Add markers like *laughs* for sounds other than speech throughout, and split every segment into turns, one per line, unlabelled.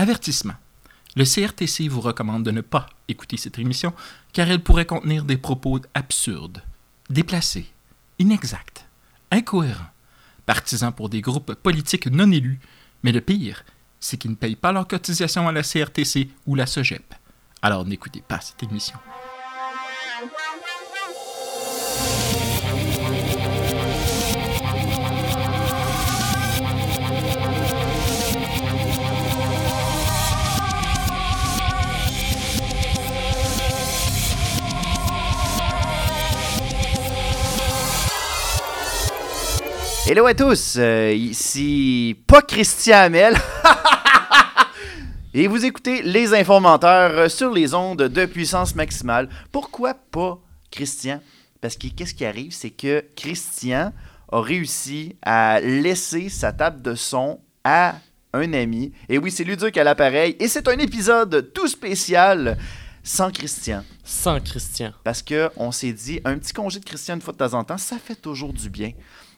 Avertissement. Le CRTC vous recommande de ne pas écouter cette émission car elle pourrait contenir des propos absurdes, déplacés, inexacts, incohérents, partisans pour des groupes politiques non élus, mais le pire, c'est qu'ils ne payent pas leur cotisation à la CRTC ou la SOGEP. Alors n'écoutez pas cette émission.
Hello à tous, euh, ici pas Christian Hamel. *laughs* Et vous écoutez Les Informateurs euh, sur les ondes de puissance maximale. Pourquoi pas Christian? Parce que qu'est-ce qui arrive, c'est que Christian a réussi à laisser sa table de son à un ami. Et oui, c'est Luduc à l'appareil. Et c'est un épisode tout spécial sans Christian.
Sans Christian.
Parce que on s'est dit, un petit congé de Christian une fois de temps en temps, ça fait toujours du bien.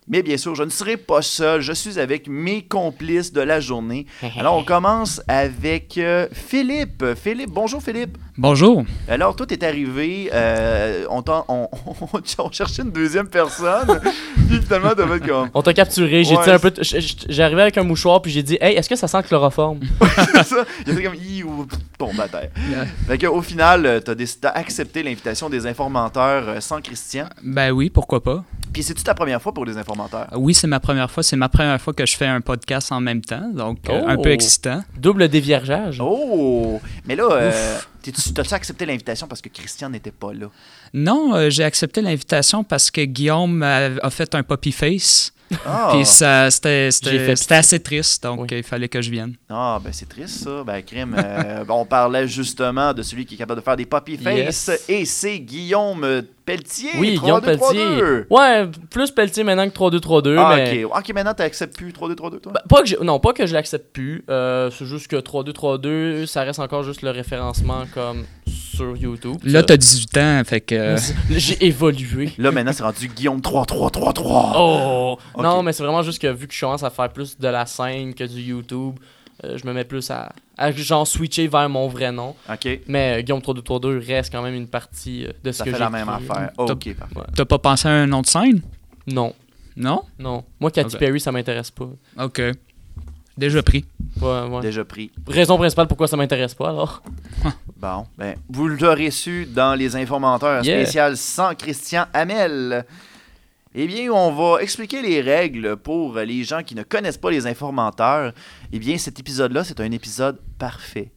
Mais bien sûr, je ne serai pas seul. Je suis avec mes complices de la journée. Alors, on commence avec euh, Philippe. Philippe, bonjour Philippe.
Bonjour.
Alors, toi, t'es arrivé, euh, on, t'en- on, *laughs* on- on cherchait une deuxième personne. Puis finalement, t'as fait comme. *laughs*
On t'a capturé, j'ai
Ouais.
dit un peu. t- j- j- J'arrivais avec un mouchoir puis j'ai dit Hey, est-ce que ça sent le
*laughs*
chloroforme
C'est ça. Il était comme. Ih, ou tombe à terre. Fait que, au final, euh, t'as décidé d'accepter l'invitation des informateurs euh, sans Christian.
Ben oui, pourquoi pas.
Puis, c'est-tu ta première fois pour les informateurs?
Oui, c'est ma première fois. C'est ma première fois que je fais un podcast en même temps, donc euh,
Oh.
un peu excitant.
Double déviergeage.
Oh! Mais là, euh, t'es-tu- t'as-tu accepté l'invitation parce que Christian n'était pas
*laughs*
là?
Non, euh, j'ai accepté l'invitation parce que Guillaume a, a fait un poppy face.
Ah!
Puis ça, c'était, c'était-
J'ai fait
c'était assez triste, donc
Oui.
euh, il fallait que je vienne.
Ah, ben c'est triste ça. Ben, crime. euh, on parlait justement de celui qui est capable de faire des poppy face
Yes.
et c'est Guillaume Pelletier.
Oui,
3,
Guillaume
2, 3,
Pelletier.
2.
Ouais, plus Pelletier maintenant que 3-2-3-2.
Ah,
mais...
ok. Ok, maintenant t'acceptes plus 3-2-3-2, toi?
Bah, pas que j'ai- non, pas que je l'accepte plus. euh, c'est juste que 3-2-3-2, ça reste encore juste le référencement comme sur YouTube.
Là,
Euh,
t'as 18 ans, fait que... euh,
*laughs* J'ai évolué.
Là, maintenant, c'est rendu Guillaume 3-3-3-3.
Oh!
Ah, Ok.
Non, mais c'est vraiment juste que vu que je commence à faire plus de la scène que du YouTube, euh, je me mets plus à, à genre switcher vers mon vrai nom.
Ok.
Mais euh, Guillaume 3232 reste quand même une partie euh, de ce
Ça
que
fait
j'ai
la même
créé.
affaire. Ok, parfait.
T'as pas pensé à un nom de scène?
Non,
Non?
non. Moi, Katy
Ok.
Perry, ça m'intéresse pas.
OK. Déjà pris.
Ouais, ouais.
Déjà pris.
Raison principale pourquoi ça m'intéresse pas, alors.
Bon, ben, vous l'aurez su dans les informateurs
Yeah.
spécial sans Christian Hamel. Eh bien, on va expliquer les règles pour les gens qui ne connaissent pas les informateurs. Eh bien, cet épisode-là, c'est un épisode parfait.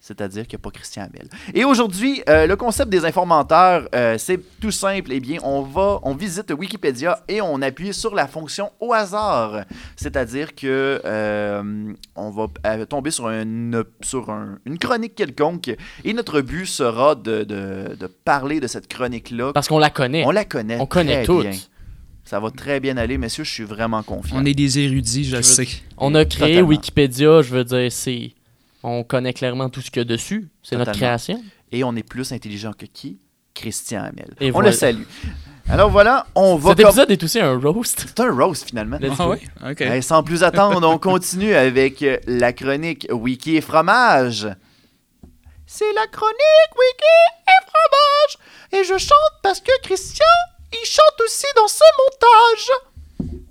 C'est-à-dire qu'il n'y a pas Christian Hamel. Et aujourd'hui, euh, le concept des informateurs, euh, c'est tout simple. Eh bien, on va, on visite Wikipédia et on appuie sur la fonction au hasard. C'est-à-dire que euh, on va euh, tomber sur, une, sur un- une chronique quelconque et notre but sera de, de- de parler de cette chronique-là.
Parce qu'on la connaît.
On la connaît.
On connaît
très
toutes.
bien. Ça va très bien aller, messieurs, je suis vraiment confiant.
On est des érudits, je
veux-
le sais.
On a créé
Totalement.
Wikipédia, je veux dire, c'est. On connaît clairement tout ce qu'il y a dessus. C'est notre
Totalement.
création.
Et on est plus intelligent que qui Christian Hamel.
Et
on
voilà.
le salue. Alors voilà, on va.
Cet
comme-
épisode est aussi un roast.
C'est un roast finalement.
Let's
Ah
go.
oui? OK.
Eh, sans plus attendre, on continue avec euh, la chronique Wiki et fromage. C'est la chronique Wiki et fromage. Et je chante parce que Christian, il chante aussi dans ce montage.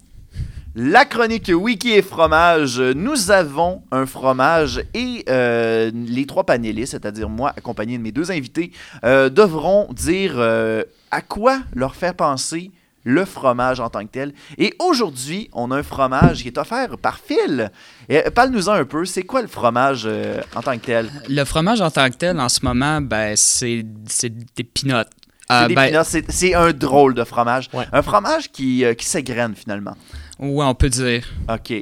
La chronique Wiki et fromage. Nous avons un fromage et euh, les trois panélistes, c'est-à-dire moi accompagné de mes deux invités, euh, devront dire euh, à quoi leur faire penser le fromage en tant que tel. Et aujourd'hui, on a un fromage qui est offert par Phil. Et, euh, Parle-nous-en un peu, c'est quoi le fromage euh, en tant que tel?
Le fromage en tant que tel, en ce moment, ben, c'est, c'est des pinottes.
C'est
Euh,
des
ben,
pinottes, c'est- c'est un drôle de fromage.
Ouais.
Un fromage qui, euh, qui s'égrène finalement.
Ouais, on peut dire.
OK.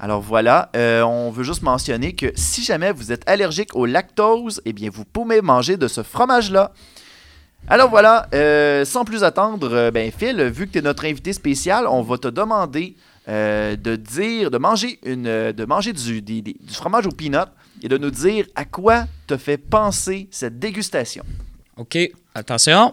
Alors voilà, euh, on veut juste mentionner que si jamais vous êtes allergique au lactose, eh bien vous pouvez manger de ce fromage-là. Alors voilà, euh, sans plus attendre, euh, ben Phil, vu que tu es notre invité spécial, on va te demander euh, de dire, de manger, une, euh, de manger du, des- des- du fromage aux peanuts et de nous dire à quoi te fait penser cette dégustation.
OK, attention.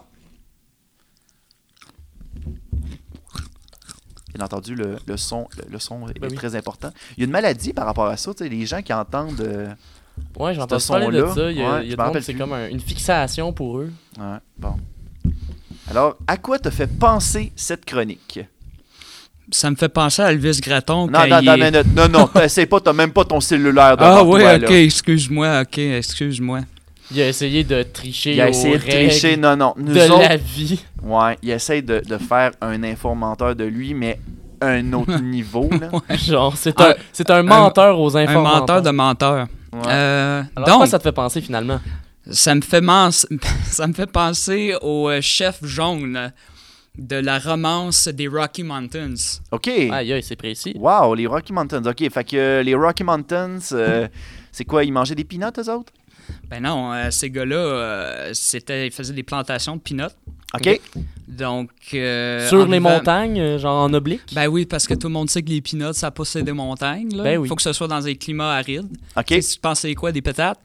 Bien entendu, le, le son, le, le son est
Ben oui.
très important. Il y a une maladie par rapport à ça, tu sais, les gens qui entendent... euh,
Ouais, j'entends
Ce
parler de
son-là,
ça. Il y a,
ouais,
il y
je
a du
m'en
monde,
rappelle
c'est
plus.
comme un- une fixation pour eux.
Ouais, bon. Alors, à quoi te fait penser cette chronique?
Ça me fait penser à Elvis Gratton.
Non,
quand
non,
il
non,
est-
non, non, non,
*laughs*
t'essayes pas, t'as même pas ton cellulaire devant
Ah oui,
toi,
ok,
là.
excuse-moi, ok, excuse-moi.
Il a essayé de tricher.
Il a
aux
essayé de
règles
tricher, non, non. Nous
de
autres,
la vie.
ouais, il essaye de, de faire un informateur de lui, mais un
*laughs*
autre niveau, là.
Genre, c'est
Ah,
un, c'est un menteur aux
Un
informateurs.
menteur de menteur.
Ouais.
Euh,
Alors, à
donc,
quoi
ça...
ça te fait penser finalement
me fait mens- *laughs* ça me fait penser au euh, chef jaune de la romance des Rocky Mountains.
OK.
Ah,
Aïe, aïe, c'est précis.
Wow, les Rocky Mountains. OK, fait que euh, les Rocky Mountains,
*laughs*
euh, c'est quoi, ils mangeaient des peanuts, eux autres?
Ben non, euh, ces gars-là, euh, c'était, ils faisaient des plantations de pinottes.
OK.
Ok.
Donc, euh, en
Sur les
vivant-
montagnes, euh, genre en oblique.
Ben oui, parce que tout le monde sait que les pinottes, ça pousse sur des montagnes. Là.
Ben oui.
faut que ce soit dans des climats arides.
OK. Ah,
Et si tu pensais quoi, des pétates?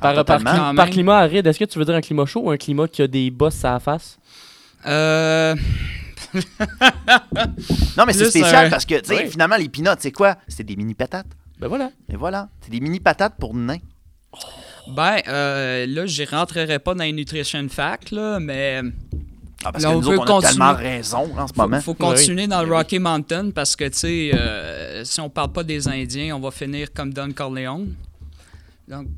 par, par,
totalement.
cli-
Quand même.
par climat aride, est-ce que tu veux dire un climat chaud ou un climat qui a des bosses à la face
Euh...
Non, mais c'est
Plus
spécial
un-
parce que, tu sais,
Ouais.
finalement, les peanuts, c'est quoi? C'est des mini patates.
Ben voilà. *laughs*
Et voilà, c'est des mini patates pour nains.
Ben, euh, là, je rentrerai pas dans les nutrition fact, là, mais
Ah, parce
Là,
que
on
nous
peut
autres, on a
continuer.
tellement raison là, en ce
faut,
moment.
faut
Oui.
continuer dans
Ben
le
oui.
Rocky Mountain parce que, tu sais, euh, si on parle pas des Indiens, on va finir comme Don Corleone. Donc,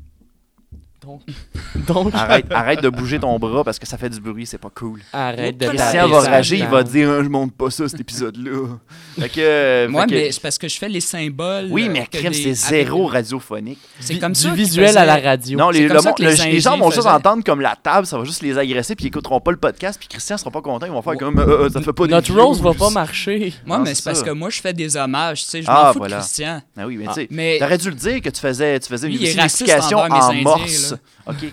Donc,
Arrête, arrête de bouger ton bras parce que ça fait du bruit, c'est pas cool.
arrête de
Ah. Christian
taper
va
ça
rager, il
dedans.
va dire Hein, Je monte pas ça, cet
*laughs*
épisode-là. Fait que. euh,
moi,
fait que-
mais c'est parce que je fais les symboles.
Oui,
euh,
mais
que
crème,
des-
c'est zéro radiophonique.
C'est
Vi-
comme ça
Du
qu'ils
visuel à la
faisaient-
radio.
Non, les,
comme
le
ça
monde-
que les
le- les gens
Indiens
vont juste
faisaient.
entendre comme la table, ça va juste les agresser, puis ils écouteront pas le podcast, puis Christian sera pas content, ils vont faire comme Euh, euh, ça fait pas des
Notre rose
views.
va pas marcher.
Moi,
Non,
mais
c'est
c'est
Ah,
parce
ça.
que moi, je fais des hommages, tu sais, je
Ah,
m'en fous
voilà.
de Christian.
Ah oui, mais tu sais,
Mais
t'aurais dû le dire que tu faisais, tu faisais une
Lui, il est raciste
signification
envers mes
en
Indiens,
morse.
là.
OK.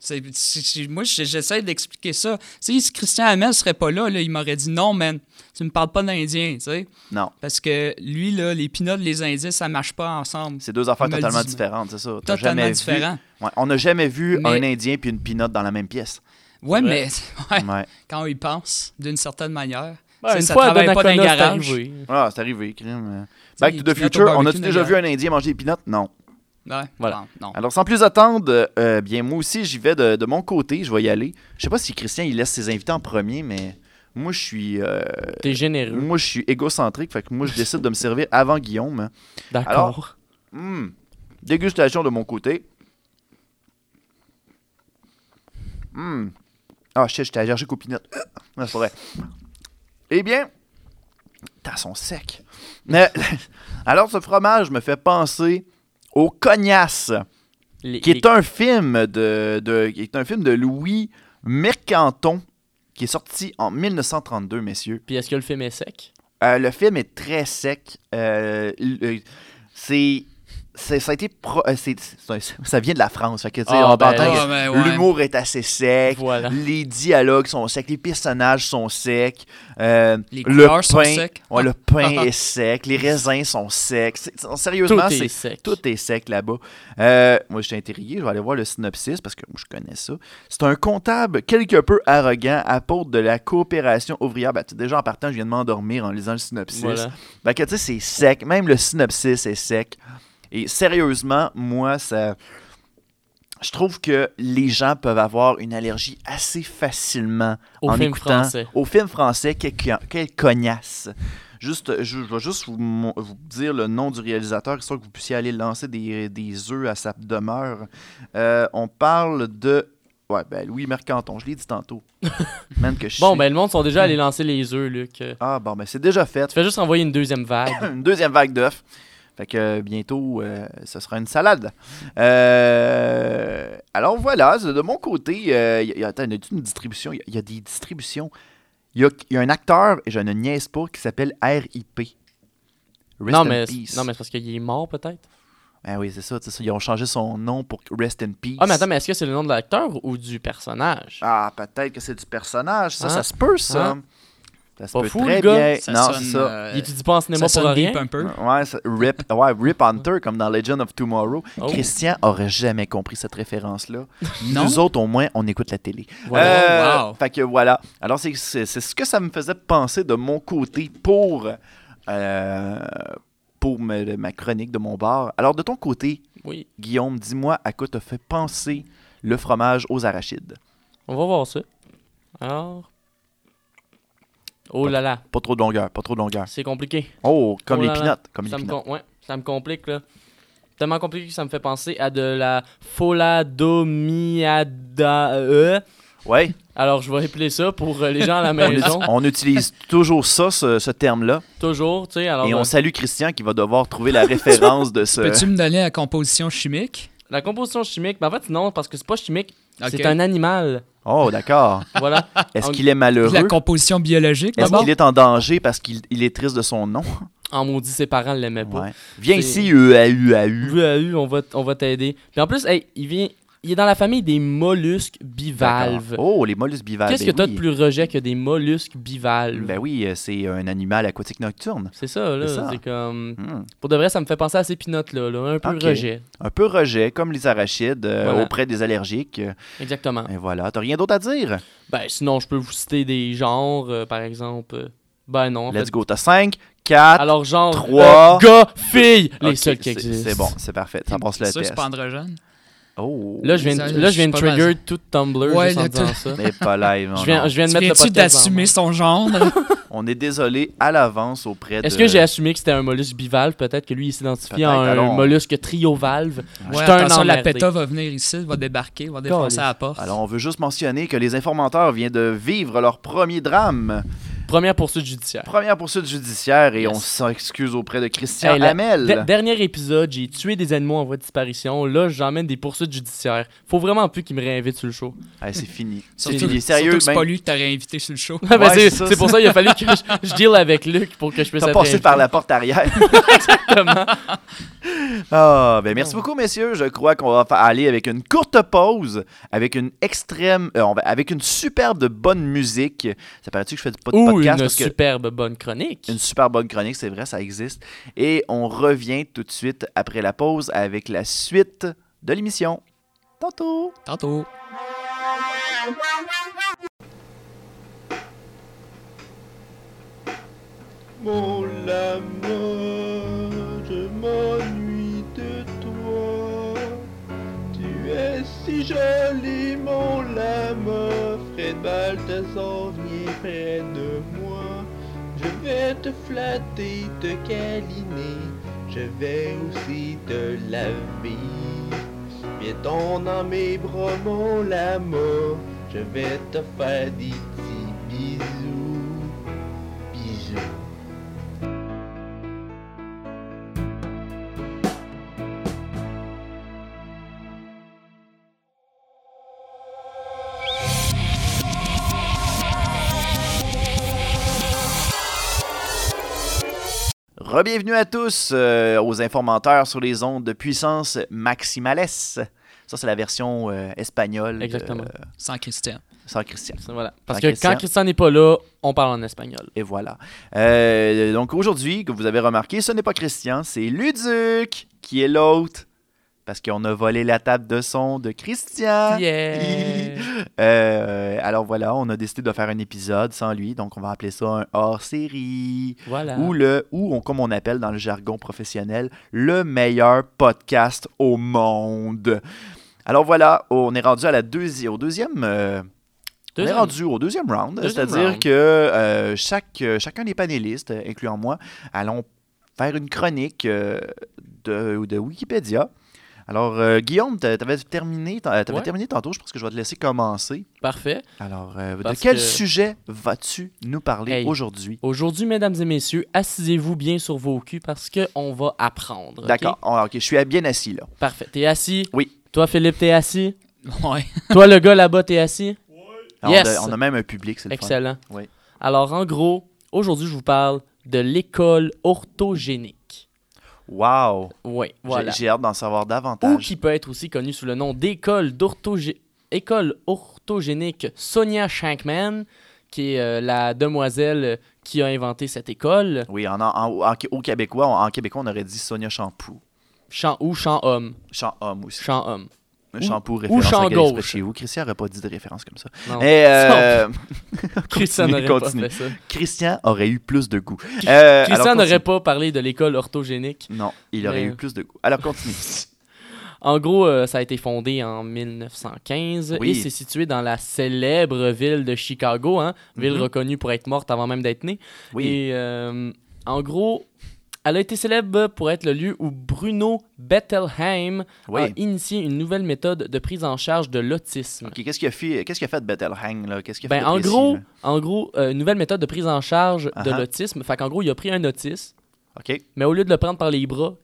c'est- c'est- c'est- moi, j'- j'essaie d'expliquer ça. Tu sais, si Christian Hamel serait pas là, là, il m'aurait dit non, man, tu me parles pas d'Indien, tu sais.
Non,
Parce que lui, là, les pinottes, les Indiens, ça marche pas ensemble.
c'est deux affaires
Il me le
totalement
dit, mais-
différentes, c'est ça. T'as
Totalement
jamais vu-
différent.
Ouais, on n'a jamais vu
Mais-
un Indien puis une pinotte dans la même pièce.
Ouais,
C'est
mais *laughs*
vrai.
ouais,
Ouais.
quand on y pense, d'une certaine manière,
Ben,
Ça,
une
ça
fois,
travaille pas dans
Donnacona, c'est
le garage.
arrivé.
Ah, c'est arrivé, crime.
sais,
Back
les
to the
pinottes au
Future, on
barbecue
a-tu déjà vu
naga.
un Indien manger des pinottes? Non.
ouais,
Voilà.
non. non.
Alors, sans plus attendre, euh, bien, moi aussi, j'y vais de, de mon côté, je vais y aller. Je sais pas si Christian, il laisse ses invités en premier, mais moi, je suis... euh,
T'es généreux.
moi, je suis égocentrique, fait que moi, je décide de me servir avant Guillaume.
D'accord.
Hmm. Dégustation de mon côté. Hmm. Ah, shit, j'étais allergique aux peanuts. Euh, Non, c'est pas vrai. Eh bien, t'as son sec. Mais- *laughs* alors, ce fromage me fait penser au Cognasse,
Les-
qui
les-
est un film de, de- qui est un film de Louis Mercanton, qui est sorti en 1932, messieurs.
Puis est-ce que le film est sec?
Euh, le film est très sec. Euh, l- euh, c'est. c'est- Ça a été. pro- euh, c'est- c'est- ça vient de la France. Fait que, tu sais,
Ah,
on
ben,
t'entend
Ah,
que
ben, ouais.
L'humour est assez sec.
Voilà.
Les dialogues sont secs. Les personnages sont secs. euh,
Les
le pain,
couleurs sont secs.
ouais, le
*laughs*
pain est sec. Les raisins sont secs. C'est- c'est-
Tout
sérieusement,
est
c'est.
sec.
Tout est sec là-bas. Euh, moi, je suis intrigué. Je vais aller voir le synopsis parce que moi, je connais ça. C'est un comptable quelque peu arrogant, apôtre de la coopération ouvrière. Ben, tu sais, déjà, en partant, je viens de m'endormir en lisant le synopsis.
Voilà.
Ben, que, tu sais, c'est sec. Même le synopsis est sec. Et sérieusement, moi, ça. Je trouve que les gens peuvent avoir une allergie assez facilement
Au
en
film
écoutant
français.
au film français quelle, quelle cognasse. Juste, je, je vais juste vous, mon- vous dire le nom du réalisateur, histoire que vous puissiez aller lancer des, des œufs à sa demeure. Euh, on parle de. Ouais, ben Louis Mercanton, je l'ai dit
*laughs*
tantôt. Même que je
Bon,
suis-
ben le monde sont déjà
Mm.
allés lancer les œufs, Luc. Euh,
Ah, bon, ben c'est déjà fait.
Tu fais juste envoyer une deuxième vague.
*clears throat* une deuxième vague d'œufs. Fait que euh, bientôt, euh, ce sera une salade. Euh, alors voilà, c'est de mon côté, euh, y a- y a, attends, y a-t-il une distribution? Il y, a des distributions. Il y a, y a un acteur, et je ne niaise pas, qui s'appelle R.I.P. Rest
non,
in
mais,
peace.
non, mais c'est parce qu'il est mort, peut-être.
Ah oui, c'est ça, c'est ça, Ils ont changé son nom pour Rest in Peace.
Ah, mais attends, mais est-ce que c'est le nom de l'acteur ou du personnage?
Ah, peut-être que c'est du personnage. Ça,
Hein?
ça se peut, ça.
Hein?
Ça se
Pas
peut
fou,
très
le gars.
bien.
Ça
non,
sonne,
c'est ça.
euh,
Il étudie pas en cinéma
ça
pour
sonne
rien.
hein.
deep un peu.
Ouais, ça- Rip,
*laughs*
ouais, Rip Hunter, comme dans Legend of Tomorrow.
Oh.
Christian aurait jamais compris cette
*laughs*
référence-là.
Non?
Nous autres, au moins, on écoute la télé.
Voilà.
Euh,
Wow.
Fait que voilà. Alors, c'est c'est- c'est ce que ça me faisait penser de mon côté pour, euh, pour me- ma chronique de mon bar. Alors, de ton côté,
Oui,
Guillaume, dis-moi à quoi t'as fait penser le fromage aux arachides.
on va voir ça. Alors. Oh là là,
Pas trop de longueur, pas trop de longueur.
c'est compliqué.
Oh, comme
Oh
les
là là,
pinottes, comme
ça
les
me,
pinottes.
com- ouais, ça me complique, là. Tellement compliqué que ça me fait penser à de la foladomiadae.
Ouais,
euh. Alors, je vais épeler ça pour euh, les gens à
*laughs*
la
on,
maison.
uti- on utilise toujours ça, ce, ce terme-là.
Toujours, tu sais. Alors,
Et
euh,
on salue Christian qui va devoir trouver la référence de ce...
Peux-tu me donner la composition chimique?
la composition chimique, ben, en fait, non, parce que c'est pas chimique.
Ok.
C'est un animal.
*laughs* Oh, d'accord. *laughs*
Voilà.
Est-ce
En-
qu'il est malheureux?
La composition biologique,
Est-ce
d'abord?
qu'il est en danger parce qu'il il est triste de son nom?
en maudit, ses parents l'aimaient pas.
Ouais. Viens
C'est-
ici, E EAUAU.
Vu à eu, on va, t- on va t'aider. Puis en plus, hey, il vient. Il est dans la famille des mollusques bivalves.
D'accord. Oh, les mollusques bivalves.
Qu'est-ce que
ben
t'as
oui.
de plus rejet que des mollusques bivalves?
Ben oui, euh, c'est un animal aquatique nocturne.
C'est ça, là.
C'est ça.
C'est comme.
Hmm.
Pour de vrai, ça me fait penser à ces pinottes-là, là, un peu
Ok.
rejet.
Un peu rejet, comme les arachides euh,
Voilà.
auprès des allergiques. Euh,
Exactement.
Et voilà, t'as rien d'autre à dire?
Ben, sinon, je peux vous citer des genres, euh, par exemple. euh, Ben non. en
Let's
fait.
go, t'as 5, 4,
Alors, genre.
trois.
euh, gars, filles, les seuls qui existent.
C'est bon, c'est parfait, ça passe le
C'est sûr que
test.
c'est pas androgène.
Oh,
Là, je viens, de-
Ça,
là,
je
je viens
suis
de
pas mal.
trigger tout Tumblr
Ouais,
juste en
le
disant
tout.
ça.
*laughs* mais pas live. non,
*laughs* Je viens,
non.
je viens de
Tu
mettre le
viens-tu
podcast. en
d'assumer
main. *laughs*
son genre?
On est désolé à l'avance auprès de...
Est-ce que j'ai assumé que c'était un mollusque bivalve Peut-être que lui, il s'identifie
Peut-être,
à un
allons.
mollusque triovalve.
Ouais,
J'étais un
attention, la
emmerdé.
PETA va venir ici, va débarquer, va défoncer à la porte.
Alors, on veut juste mentionner que les informateurs viennent de vivre leur premier drame.
Première poursuite judiciaire.
Première poursuite judiciaire et
Yes.
on s'excuse auprès de Christian
Hey, la-
Hamel.
De- dernier épisode, j'ai tué des animaux en voie de disparition. Là, j'emmène des poursuites judiciaires. Faut vraiment plus qu'il me réinvite sur le show. *laughs*
Ah, c'est fini.
Surtout-
c'est fini. Sérieux, ben,
surtout que c'est
même-
pas lui que t'aurais invité sur
*laughs*
le show.
Ah, ben,
Ouais,
c'est
c'est ça,
c'est pour ça qu'il a fallu que je, je deal avec Luc pour que je puisse
T'as
être
passé
invité.
par la porte arrière.
*laughs* Exactement.
*laughs* Ah, ben merci beaucoup, messieurs. Je crois qu'on va fa- aller avec une courte pause, avec une extrême, euh, on va- avec une superbe bonne musique. Ça paraît-tu que je fais pas de
Ou
podcast
une
parce que
superbe bonne chronique.
une super bonne chronique, c'est vrai, ça existe. Et on revient tout de suite après la pause avec la suite de l'émission. Tantôt.
Tantôt.
Mon l'amour, je m'ennuie de toi. Tu es si joli, mon l'amour. Fred Balthazar, viens près de moi. Je vais te flatter, te câliner. Je vais aussi te laver. Viens donc dans mes bras, mon l'amour. Je vais te faire des petits bisous. Bisous.
Rebienvenue à tous euh, aux informateurs sur les ondes de puissance maximales. Ça, c'est la version euh, espagnole. de-
Exactement.
Sans Christian.
sans Christian.
Ça, Voilà. Parce
Sans
que
Christian.
quand Christian n'est pas là, on parle en espagnol.
Et voilà. Euh, donc aujourd'hui, que vous avez remarqué, ce n'est pas Christian, c'est Luduc qui est l'hôte. Parce qu'on a volé la table de son de Christian.
Yeah.
Euh, alors voilà, on a décidé de faire un épisode sans lui, donc on va appeler ça un hors-série.
voilà.
Ou le, ou on- comme on appelle dans le jargon professionnel, le meilleur podcast au monde. Alors voilà, on est rendu à la deuxi- au deuxième, euh, on est
Deuxième.
rendu au deuxième round,
Deuxième
c'est-à-dire
round.
que euh, chaque, euh, chacun des panélistes, euh, incluant moi, allons faire une chronique euh, de, de Wikipédia. Alors, euh, Guillaume, t'a- t'avais terminé, t'en- euh, t'avais
Ouais.
terminé tantôt, je pense que je vais te laisser commencer.
Parfait.
Alors, euh, de
Parce
quel
que-
sujet vas-tu nous parler
Hey.
aujourd'hui?
Aujourd'hui, mesdames et messieurs, assisez-vous bien sur vos culs parce qu'on va apprendre. ok?
D'accord, Ah, ok, je suis bien assis là.
Parfait. T'es assis?
Oui.
Toi, Philippe, t'es assis?
Ouais.
Toi, le gars là-bas, t'es assis?
Ah,
Yes.
On, a, on a même un public, c'est le fun.
Excellent.
Oui.
Alors, en gros, aujourd'hui, je vous parle de l'école orthogénique.
Wow!
Oui,
J'ai-
voilà.
J'ai hâte d'en savoir
Ou
davantage.
qui peut être aussi connue sous le nom d'école d'orthogé- école orthogénique Sonia Shankman, qui est euh, la demoiselle qui a inventé cette école.
Oui, en, en- en- en- au québécois, en, en québécois, on aurait dit Sonia Shampoo.
Chant ou chant homme.
Champ homme aussi.
Chant homme.
Un
Ou-
shampoo
ou
référence
champ
à Galice près de
gauche.
chez vous. Christian n'aurait pas dit de référence comme ça.
Non. *laughs*
Et, euh,
Christian
continue,
n'aurait pas
continue.
fait ça.
Christian aurait eu plus de goût. Euh, alors,
Christian
continue.
n'aurait pas parlé de l'école orthogénique.
Non, il aurait
Mais- *laughs*
eu plus de goût. Alors continue.
En gros, euh, ça a été fondé en 1915
Oui.
et c'est situé dans la célèbre ville de Chicago, hein, ville
Mhm.
reconnue pour être morte avant même d'être née.
Oui.
Et euh, en gros, elle a été célèbre pour être le lieu où Bruno Bettelheim
oui.
a initié une nouvelle méthode de prise en charge de l'autisme.
Ok, qu'est-ce qu'il a fait, qu'est-ce qu'il a fait de Bettelheim, là? Qu'est-ce qu'il Ah, a fait de
Ben, en,
précis, hein.
gros,
là?
en gros, euh, une nouvelle méthode de prise en charge de
Uh-huh.
l'autisme. Fait qu'en gros, il a pris un autiste,
OK,
mais au lieu de le prendre par les bras,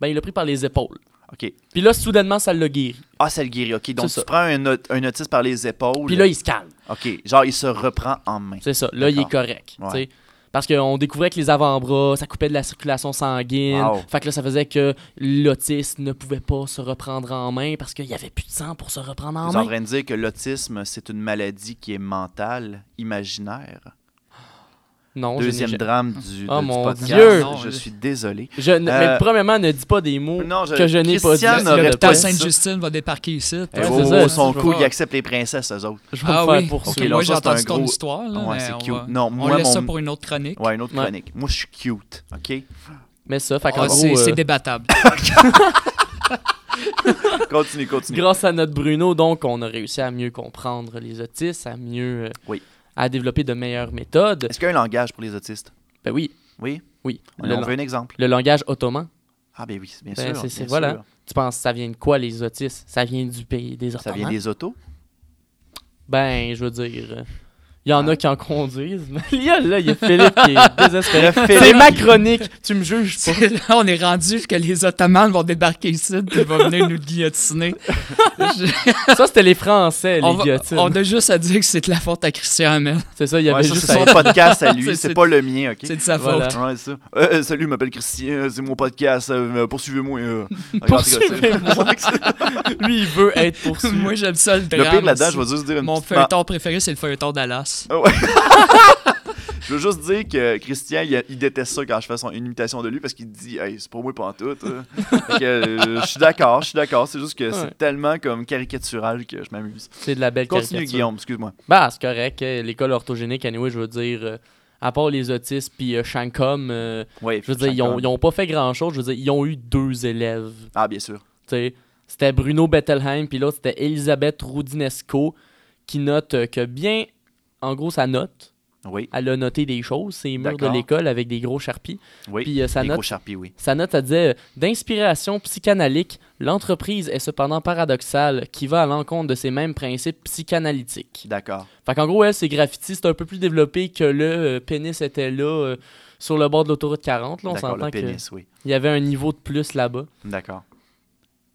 ben, il l'a pris par les épaules.
OK.
Puis là, soudainement, ça l'a guéri.
Ah, ça le guérit. OK, donc
C'est
tu
ça.
prends un, aut- un autiste par les épaules.
Puis là, il se calme.
OK, genre, il se reprend en main.
C'est ça. Là, il est
D'accord.
correct.
Ouais.
tu sais. Parce qu'on découvrait que les avant-bras, ça coupait de la circulation sanguine.
Wow.
Fait que là, ça faisait que l'autiste ne pouvait pas se reprendre en main parce qu'il n'y avait plus de sang pour se reprendre en
Ils sont en
main.
train de dire que l'autisme, c'est une maladie qui est mentale, imaginaire.
Non, je n'ai
Deuxième
ja-
drame du,
Oh,
du
mon
podcast.
Dieu!
Je suis désolé.
je ne- mais
Euh,
premièrement, ne dis pas des mots
non, je-
que je n'ai pas dit.
Christiane
là,
aurait pas
de
Ta
près.
dit ça.
Sainte-Justine va débarquer ici.
Eh,
Ouais,
oh,
c'est
oh,
ça,
ils sont
je vais
cool,
voir.
ils acceptent les princesses, eux autres.
Je vais
Ah
me faire
oui,
Ok,
poursuivre.
là,
moi
ça,
j'ai
c'est
entendu
un
ton
gros-
histoire. Là,
Ouais,
mais
c'est
on
cute.
va-
Non,
on
moi,
laisse ça
mon-
pour une autre chronique.
Ouais, une autre
Ouais.
chronique. Moi, je suis cute, OK?
Mais ça, fait qu'en
Ah,
gros,
Oh,
c'est c'est
*laughs*
euh,
débattable.
Continue, continue.
grâce à notre Bruno, donc, on a réussi à mieux comprendre les autistes, à mieux. euh,
Oui.
à développer de meilleures méthodes.
Est-ce qu'il y a un langage pour les autistes?
Ben oui,
Oui?
oui.
On,
Le,
on
lan-
veut un exemple.
le langage ottoman.
Ah, ben oui, bien
Ben,
sûr.
c'est- c'est-
bien
voilà.
sûr.
Tu penses, ça vient de quoi, les autistes? Ça vient du pays des
Ça
Ottomans?
vient des autos?
Ben, je veux dire... euh, Il y
Ah.
en a qui en conduisent. *laughs* mais il y a, là, il y a Philippe
*laughs*
qui est désespéré.
Le
C'est
Philippe.
ma chronique, tu me juges pas.
C'est- Là, on est rendu que les Ottomans vont débarquer ici et vont venir nous guillotiner. Je-
Ça, c'était les Français,
on,
les
va-
guillotines.
on a juste à dire que c'est de la faute à Christian Hamel.
C'est ça, il y
Ouais,
avait
ça,
juste...
c'est son
à-
podcast
*laughs*
à lui,
C'est-
c'est
c'est-
pas le mien, OK?
C'est de sa
Voilà.
faute.
Ouais, c'est ça. Euh, euh, salut, je m'appelle Christian, c'est mon podcast, euh, euh, poursuivez-moi.
*laughs*
euh. Regarde, c'est-
Poursuivez-moi. Lui, il veut
*laughs*
être poursuivi.
Moi, j'aime ça le drame.
Le pire là-dedans,
aussi.
je vais juste dire une
Mon
petite ma-
feuilleton préféré, c'est le feuilleton d'Alas.
Ah ouais. Je veux juste dire que Christian, il, il déteste ça quand je fais son, une imitation de lui parce qu'il dit Hey, c'est pour moi pas en tout. hein. Fait que, euh, je suis d'accord, je suis d'accord. C'est juste que
Ouais.
c'est tellement comme caricatural que je m'amuse.
C'est de la belle
Continue,
caricature.
Guillaume, excuse-moi.
Bah, c'est correct. euh, L'école orthogénique, anyway, je veux dire... euh, à part les autistes puis euh, Shankom, euh,
Ouais,
je veux dire, ils ont,
Chacun.
ils ont pas fait grand-chose. Je veux dire, ils ont eu deux élèves.
Ah, bien sûr.
Tu sais, C'était Bruno Bettelheim, puis l'autre, c'était Elisabeth Roudinesco, qui note euh, que bien, en gros, ça note.
Oui,
Elle a noté des choses, ces murs de
D'accord.
l'école avec des gros charpies.
oui.
Puis euh, sa,
Les
note,
gros charpies, oui.
sa note, elle disait euh, D'inspiration psychanalyque, l'entreprise est cependant paradoxale, qui va à l'encontre de ces mêmes principes psychanalytiques.
D'accord.
Fait qu'en gros, elle, c'est graffiti, c'est un peu plus développé que le euh, pénis était là euh, sur le bord de l'autoroute 40. Là, on
D'accord,
s'entend
le
qu'il
pénis, oui.
y avait un niveau de plus là-bas.
D'accord.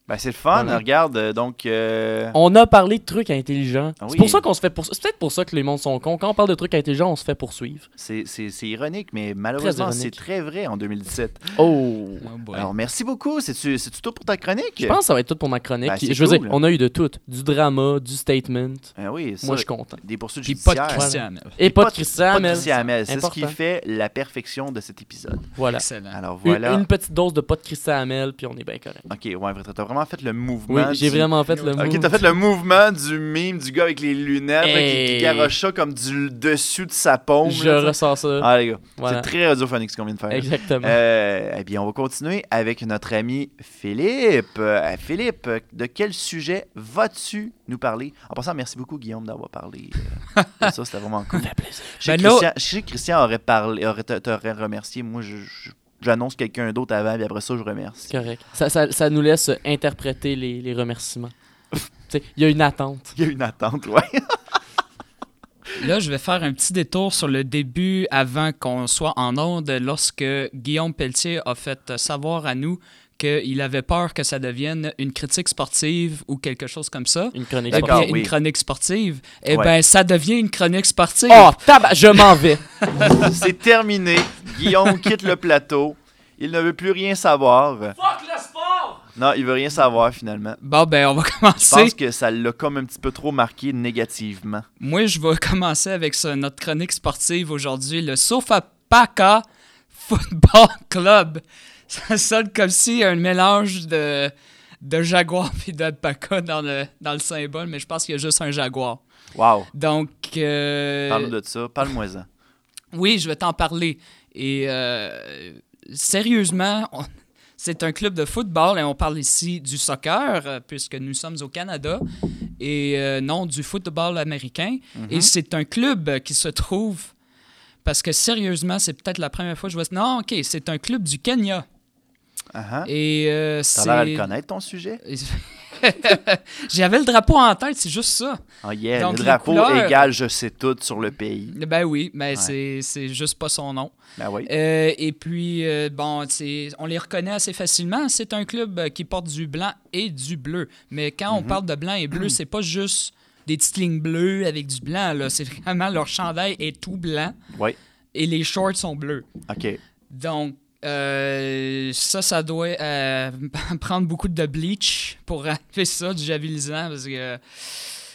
Ben, c'est le fun,
Voilà.
regarde. euh, Donc, euh,
On a parlé de trucs intelligents.
Ah oui.
C'est pour ça qu'on se fait pour... C'est peut-être pour ça que les mondes sont cons. Quand on parle de trucs intelligents, on se fait poursuivre.
c'est c'est- c'est ironique, mais malheureusement,
ironique.
c'est très vrai en 2017.
Oh!
Oh boy.
Alors, merci beaucoup. C'est-tu c'est-tu tout pour ta chronique?
Je pense que ça va être tout pour ma chronique.
Ben, c'est
je veux
cool.
dire, on a eu de tout. Du drama, du statement.
Ah oui, ça,
Moi, je suis content.
des poursuites
Puis pas
judiciaires.
de Christian Hamel.
Et pas
pas
de
de-
Christian,
Pas de
mais-
Christian Hamel. C'est ce qui
Important.
fait la perfection de cet épisode.
Voilà.
Excellent.
Alors
Une-
voilà.
Une, petite dose de pas de Christian Hamel, puis on est bien correct.
Ok, ouais, vrai, t'as vraiment fait le
Oui,
mouvement.
j'ai
du-
vraiment fait le move.
Ok, t'as fait le mouvement du mime du gars avec les lunettes là, qui- qui
Hey.
garoche ça comme du dessus de sa paume.
Je
là, tu sais.
ressens ça.
Ah les gars,
Voilà.
c'est très radiophonique ce qu'on vient de faire.
Exactement.
Euh, eh bien, on va continuer avec notre ami Philippe. Euh, Philippe, de quel sujet vas-tu nous parler? En passant, merci beaucoup, Guillaume, d'avoir parlé. euh, de ça, c'était vraiment cool.
*laughs* Ça fait plaisir.
Je sais
Ben
que
là-
Christian, je sais que Christian aurait parlé, aurait, te- t'aurait remercié. Moi, je- je- j'annonce quelqu'un d'autre avant, puis après ça, je remercie.
C'est correct. Ça, ça- ça nous laisse interpréter les, les remerciements. *laughs* Tu sais, Il y a une attente.
Il y a une attente,
*laughs*
ouais.
Là, je vais faire un petit détour sur le début avant qu'on soit en onde lorsque Guillaume Pelletier a fait savoir à nous qu'il avait peur que ça devienne une critique sportive ou quelque chose comme ça.
Une chronique
Eh
D'accord,
bien,
sportive.
une
oui.
chronique sportive,
Ouais.
eh
Ah!
bien, ça devient une chronique sportive.
Oh, tabac, je m'en vais.
C'est terminé. Guillaume quitte le plateau. Il ne veut plus rien savoir. Fuck le sport! Non, il veut rien savoir, finalement.
Bon, ben, on va *laughs*
Je
commencer.
pense que ça l'a comme un petit peu trop marqué négativement.
Moi, je vais *laughs* commencer avec ça, notre chronique sportive aujourd'hui, le Sofapaka Football *laughs* Club. Ça sonne comme si un mélange de, de jaguar *laughs* et d'alpaca dans le, dans le symbole, mais je pense qu'il y a juste un jaguar.
Wow.
Donc, euh,
Parle-nous de ça. Parle-moi-en.
oui, je vais t'en parler. Et euh, sérieusement, on- c'est- C'est un club de football et on parle ici du soccer, euh, puisque nous sommes au Canada, et euh, non du football américain.
Mhm.
Et c'est un club euh, qui se trouve. Parce que sérieusement, c'est peut-être la première fois que je vois. Non, OK, c'est un club du Kenya.
Ah ah.
Et euh,
T'as l'air à
c'est.
le connaître, ton sujet.
*laughs* J'avais le drapeau en tête, c'est juste ça.
Ah yeah,
Donc,
le
les
drapeau
couleurs- euh,
égale je sais tout sur le pays.
Ben oui, mais
Ouais.
c'est- c'est juste pas son nom.
Ben oui.
Euh, et puis, euh, bon, c'est- on les reconnaît assez facilement. C'est un club euh, qui porte du blanc et du bleu. Mais quand on
Mhm.
parle de blanc et bleu, c'est pas juste des petites lignes bleues avec du blanc. là. C'est vraiment leur chandail est tout blanc
Oui.
et les shorts sont bleus.
OK.
Donc, euh, ça, ça doit euh, *laughs* prendre beaucoup de bleach pour enlever ça, du javelisant, parce que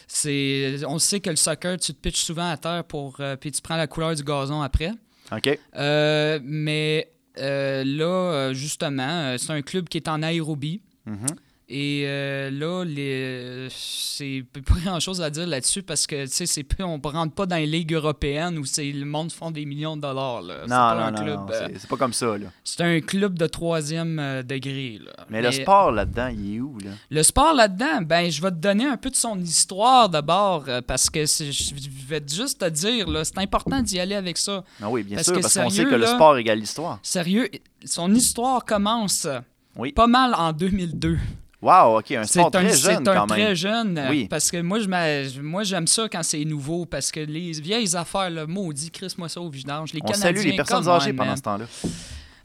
c'est, on sait que le soccer, tu te pitches souvent à terre pour, euh, puis tu prends la couleur du gazon après.
OK.
Euh, mais euh, là, euh, justement, euh, c'est un club qui est en Aérobie.
Mhm.
Et euh, là, les, c'est pas grand chose à dire là-dessus parce que, tu sais, c'est peu- on rentre pas dans les ligues européennes où c'est, le monde font des millions de dollars. Là. C'est
Non,
pas
non,
un
non,
club,
non,
euh,
c'est- c'est pas comme ça, là.
c'est un club de troisième euh, degré. là.
Mais le sport là-dedans, il est où, là?
Le sport là-dedans, ben, je vais te donner un peu de son histoire d'abord, euh, parce que c'est- je vais juste te dire, là, c'est important d'y aller avec ça.
Non, Ben oui, bien
Parce
sûr,
que
parce qu'on sait
sérieux,
que le
là-
sport égale l'histoire.
Sérieux, son histoire commence euh,
Oui.
pas mal en 2002.
Wow, OK, un sport très
c'est
jeune,
un
quand
très
même.
jeune, euh,
Oui.
parce que moi, je m'a- moi, j'aime ça quand c'est nouveau, parce que les vieilles affaires, le maudit, Chris, moi ça au vidange, les
On
Canadiens,
salue les personnes
come on,
âgées pendant
man.
ce temps-là.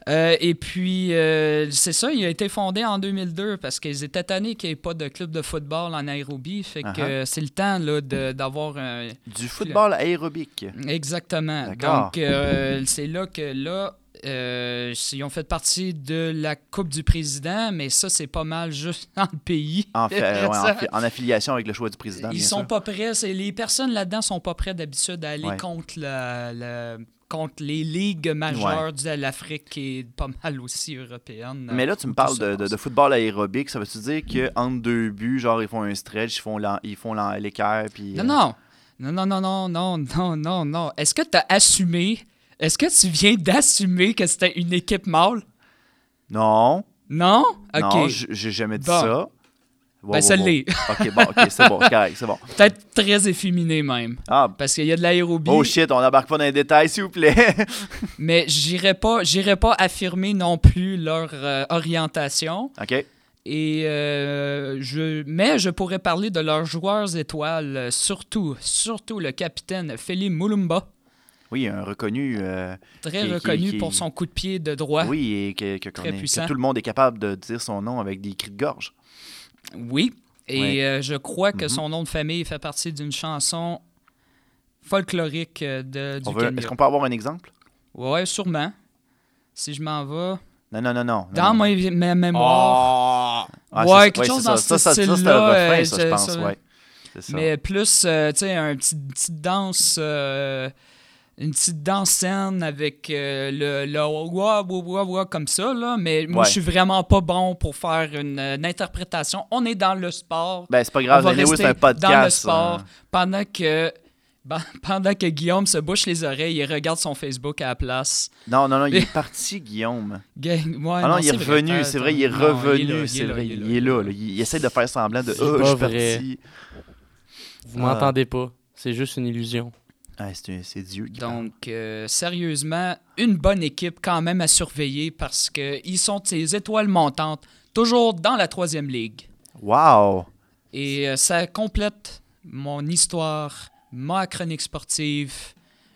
Euh, et puis, euh, c'est ça, il a été fondé en 2002 parce qu'ils étaient tannés qu'il n'y ait pas de club de football en Nairobi. Fait que
Uh-huh.
euh, c'est le temps là, de- d'avoir un.
Du football aérobique.
Exactement.
D'accord.
Donc, euh, c'est là que là, euh, ils ont fait partie de la Coupe du Président, mais ça, c'est pas mal juste *laughs* dans le pays.
En,
*laughs*
fait, euh, ouais, en
Ça-
fi- en affiliation avec le choix du président,
ils
bien
sont
sûr.
pas prêts. c'est- Les personnes là-dedans sont pas prêtes d'habitude à aller
Ouais.
contre, la, la- contre les ligues majeures de l'Afrique et pas mal aussi européenne.
Mais là, tu me
Tout
parles de,
ça dans
de-
ça.
de football aérobique. Ça veut-tu dire qu'entre deux buts, genre, ils font un stretch, ils font l'en- ils font l'en- l'équerre, puis... euh,
Non, non. Non, non, non, non, non, non, non, non. Est-ce que tu as assumé? Est-ce que tu viens d'assumer que c'était une équipe mâle?
Non,
Non? OK.
non, j- j'ai jamais dit
Bon.
ça. Wow,
ben,
wow,
ça
wow.
l'est.
OK, bon, OK, c'est
*laughs*
bon, c'est correct, c'est bon.
Peut-être très efféminé même.
Ah,
Parce qu'il y a de l'aérobie.
oh shit, on n'embarque pas dans les détails, s'il vous plaît. *laughs*
mais j'irai pas, j'irai pas affirmer non plus leur euh, orientation.
OK,
Et euh, je, mais je pourrais parler de leurs joueurs étoiles, euh, surtout, surtout le capitaine Philippe Moulumba,
oui, un reconnu... euh,
très
Qui- qui-
reconnu
qui-
pour son coup de pied de droit.
Oui, et que, que- qu'on
Très
est- que
puissant.
tout le monde est capable de dire son nom avec des cris de gorge.
Oui. Et
Ouais.
euh, je crois que
Mhm.
son nom de famille fait partie d'une chanson folklorique euh, de,
On
du
veut-
Kenya.
Est-ce qu'on peut avoir un exemple?
Ouais, sûrement. Si je m'en vais.
Non, non, non, non. non, non.
Dans ma, ma mémoire.
Hum. Ah,
ouais,
c'est-
quelque
c'est
chose
ça.
dans
ça,
ce
ça, ça, c'est le
style-là,
refrain,
euh,
ça, je
je-
pense,
ça-
ouais. C'est ça.
mais plus, euh, tu sais, un petit- une petite danse. euh, une petite danse scène avec euh, le, le ouah, ouah, ouah, ouah, comme ça, là. Mais moi,
Ouais.
je suis vraiment pas bon pour faire une, euh, une interprétation. On est dans le sport.
Ben, c'est pas grave,
on va
anyway,
rester
c'est un podcast.
dans le sport
hein.
pendant que ben, *laughs* pendant que Guillaume se bouche les oreilles et regarde son Facebook à la place.
Non, non, non,
*laughs*
il est parti, Guillaume.
Gang- ouais,
Ah non, il est
c'est vrai,
revenu,
t'as-
c'est vrai, il est
t'as- non,
revenu,
là,
c'est
là,
vrai,
là,
il est là. là. Il il essaie de faire semblant de «
C'est
Ah, je
pas
suis
vrai.
parti
Vous
Ah.
m'entendez pas. C'est juste une illusion. ».
Ah, c'est- c'est Dieu qui parle.
Donc, euh, sérieusement, une bonne équipe quand même à surveiller parce qu'ils sont ces étoiles montantes, toujours dans la troisième ligue.
Wow!
Et euh, ça complète mon histoire, ma chronique sportive.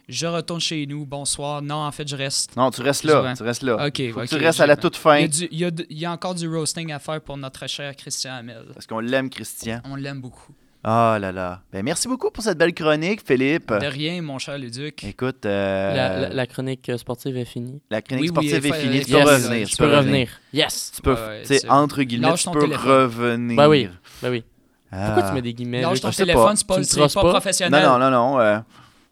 Je retourne chez nous, bonsoir. Non, en fait, je reste.
Non, tu restes
Souvent.
là, tu restes là.
Ok,
Faut que
ok,
tu restes à la
j'ai-
toute
Il y,
fin,
a du- il y a de- il y a encore du roasting à faire pour notre cher Christian Hamel.
parce qu'on l'aime, Christian.
On l'aime beaucoup.
Ah là là. Ben, merci beaucoup pour cette belle chronique, Philippe.
De rien, mon cher Luduc.
Écoute, euh,
La, la- la chronique euh, sportive est finie.
la chronique
Oui, oui,
sportive
fa-
est finie. Tu
yes,
peux revenir.
tu
Tu peux revenir. Yes!
Tu peux,
Ouais, ouais,
tu sais,
c'est-
entre guillemets,
Lâche
tu
ton
peux
téléphone.
revenir.
Ben oui. Ben oui. Pourquoi
Ah.
tu mets des guillemets?
Lâche
Luc?
ton
je sais pas.
téléphone, c'est
Tu
pas,
me
c'est
trosses
pas
pas?
professionnel.
Non, non, non, non. euh,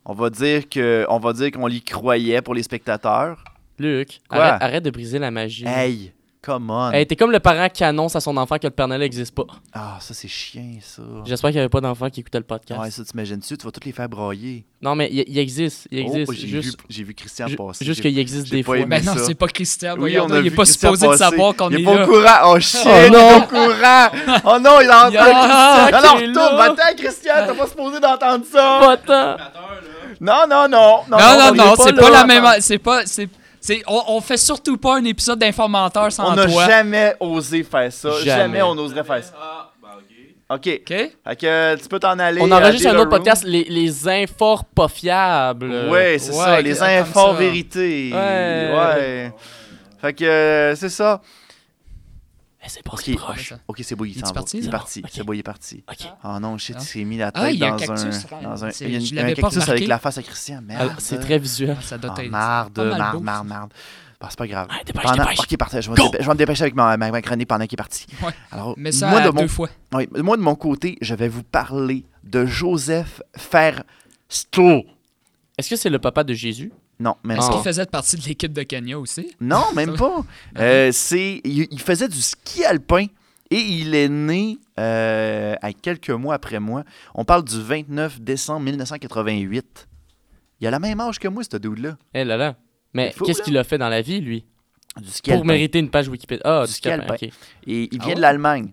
on va dire que, on va dire qu'on l'y croyait pour les spectateurs.
Luc,
Quoi?
arrête, arrête de briser la magie.
Hey, Come on.
Elle était comme le parent qui annonce à son enfant que le Père Noël n'existe pas.
Ah, ça, c'est chien, ça.
J'espère qu'il n'y avait pas d'enfant qui écoutait le podcast.
Ouais, ça, t'imagines-tu? Tu vas tous les faire brailler.
Non, mais il, il existe. Il
Oh,
existe.
j'ai
juste
vu- j'ai vu, Christian
ju-
passer.
juste
J'ai-
qu'il existe
j'ai
des
pas
fois.
aimé.
Ben
Mais
non,
ça-
c'est pas Christian.
Oui,
voyons
on
donc,
a
il est
vu
pas
Christian
supposé de
passer.
savoir qu'on
Il
est
est pas
là.
au courant. Oh shit, il est
non.
au courant. Oh non, il a
*laughs* Il y a
entendu.
Christian
Non, non,
qui est
retourne.
là.
Va-t'en, Christian. T'as pas supposé d'entendre ça.
Pas tant.
Non, non, non.
Non, non, non,
on est
c'est pas
là.
la même. C'est pas. c'est- c'est- on, on fait surtout pas un épisode d'informateur sans
On n'a
toi.
jamais osé faire ça. Jamais,
Jamais.
on oserait faire ça. OK.
OK?
Fait que euh, tu peux t'en aller.
On
à
enregistre un
Dealer
autre podcast,
Room.
les, les infos pas fiables.
Ouais, c'est
Ouais,
ça. Les
comme
infos
ça.
vérités.
Ouais.
Ouais. Fait que euh, c'est ça.
Eh,
Mais c'est pas
Ok.
si proche.
OK, c'est beau, il
Il est
s'en va.
parti,
Il est
ça?
parti.
Ok.
C'est beau, il est parti.
Ok.
Oh non, shit,
Ah.
il s'est mis la tête
Ah, il y a un
dans,
cactus,
un,
quand même.
dans un.
C'est-
Il y a une-
je
un
l'avais pas
cactus avec
remarqué.
la face à Christian. Merde.
Ah, C'est très visuel.
Ah, Ça doit
Ah,
être.
marde,
pas mal
marde,
beau,
marde,
ça.
marde. Bon, c'est pas grave.
Ouais, dépêche,
Pendant-
dépêche.
Ok, parfait, je vais, me
Go!
dépê- je vais me dépêcher avec ma, ma, ma chronique pendant qu'il est parti.
Ouais.
Alors,
Mais ça,
moi,
à
de
deux
mon,
fois.
oui, moi, de mon côté, je vais vous parler de Joseph Fersto.
Est-ce que c'est le papa de Jésus?
Non, même
Est-ce
Ah.
pas.
qu'il faisait partie de l'équipe de Kenya aussi?
Non, même
*laughs*
pas. Euh, c'est, il, il faisait du ski alpin et il est né euh, à quelques mois après moi. On parle du 29 décembre 1988. Il a la même âge que moi, ce dude-là.
Eh là là. Mais
C'est fou,
qu'est-ce
là.
qu'il a fait dans la vie, lui?
Du ski
Pour
alpin.
mériter une page Wikipédia. Ah,
Du
du
scalpin.
scalpin, ok.
Et il
Ah
vient de
ouais?
l'Allemagne.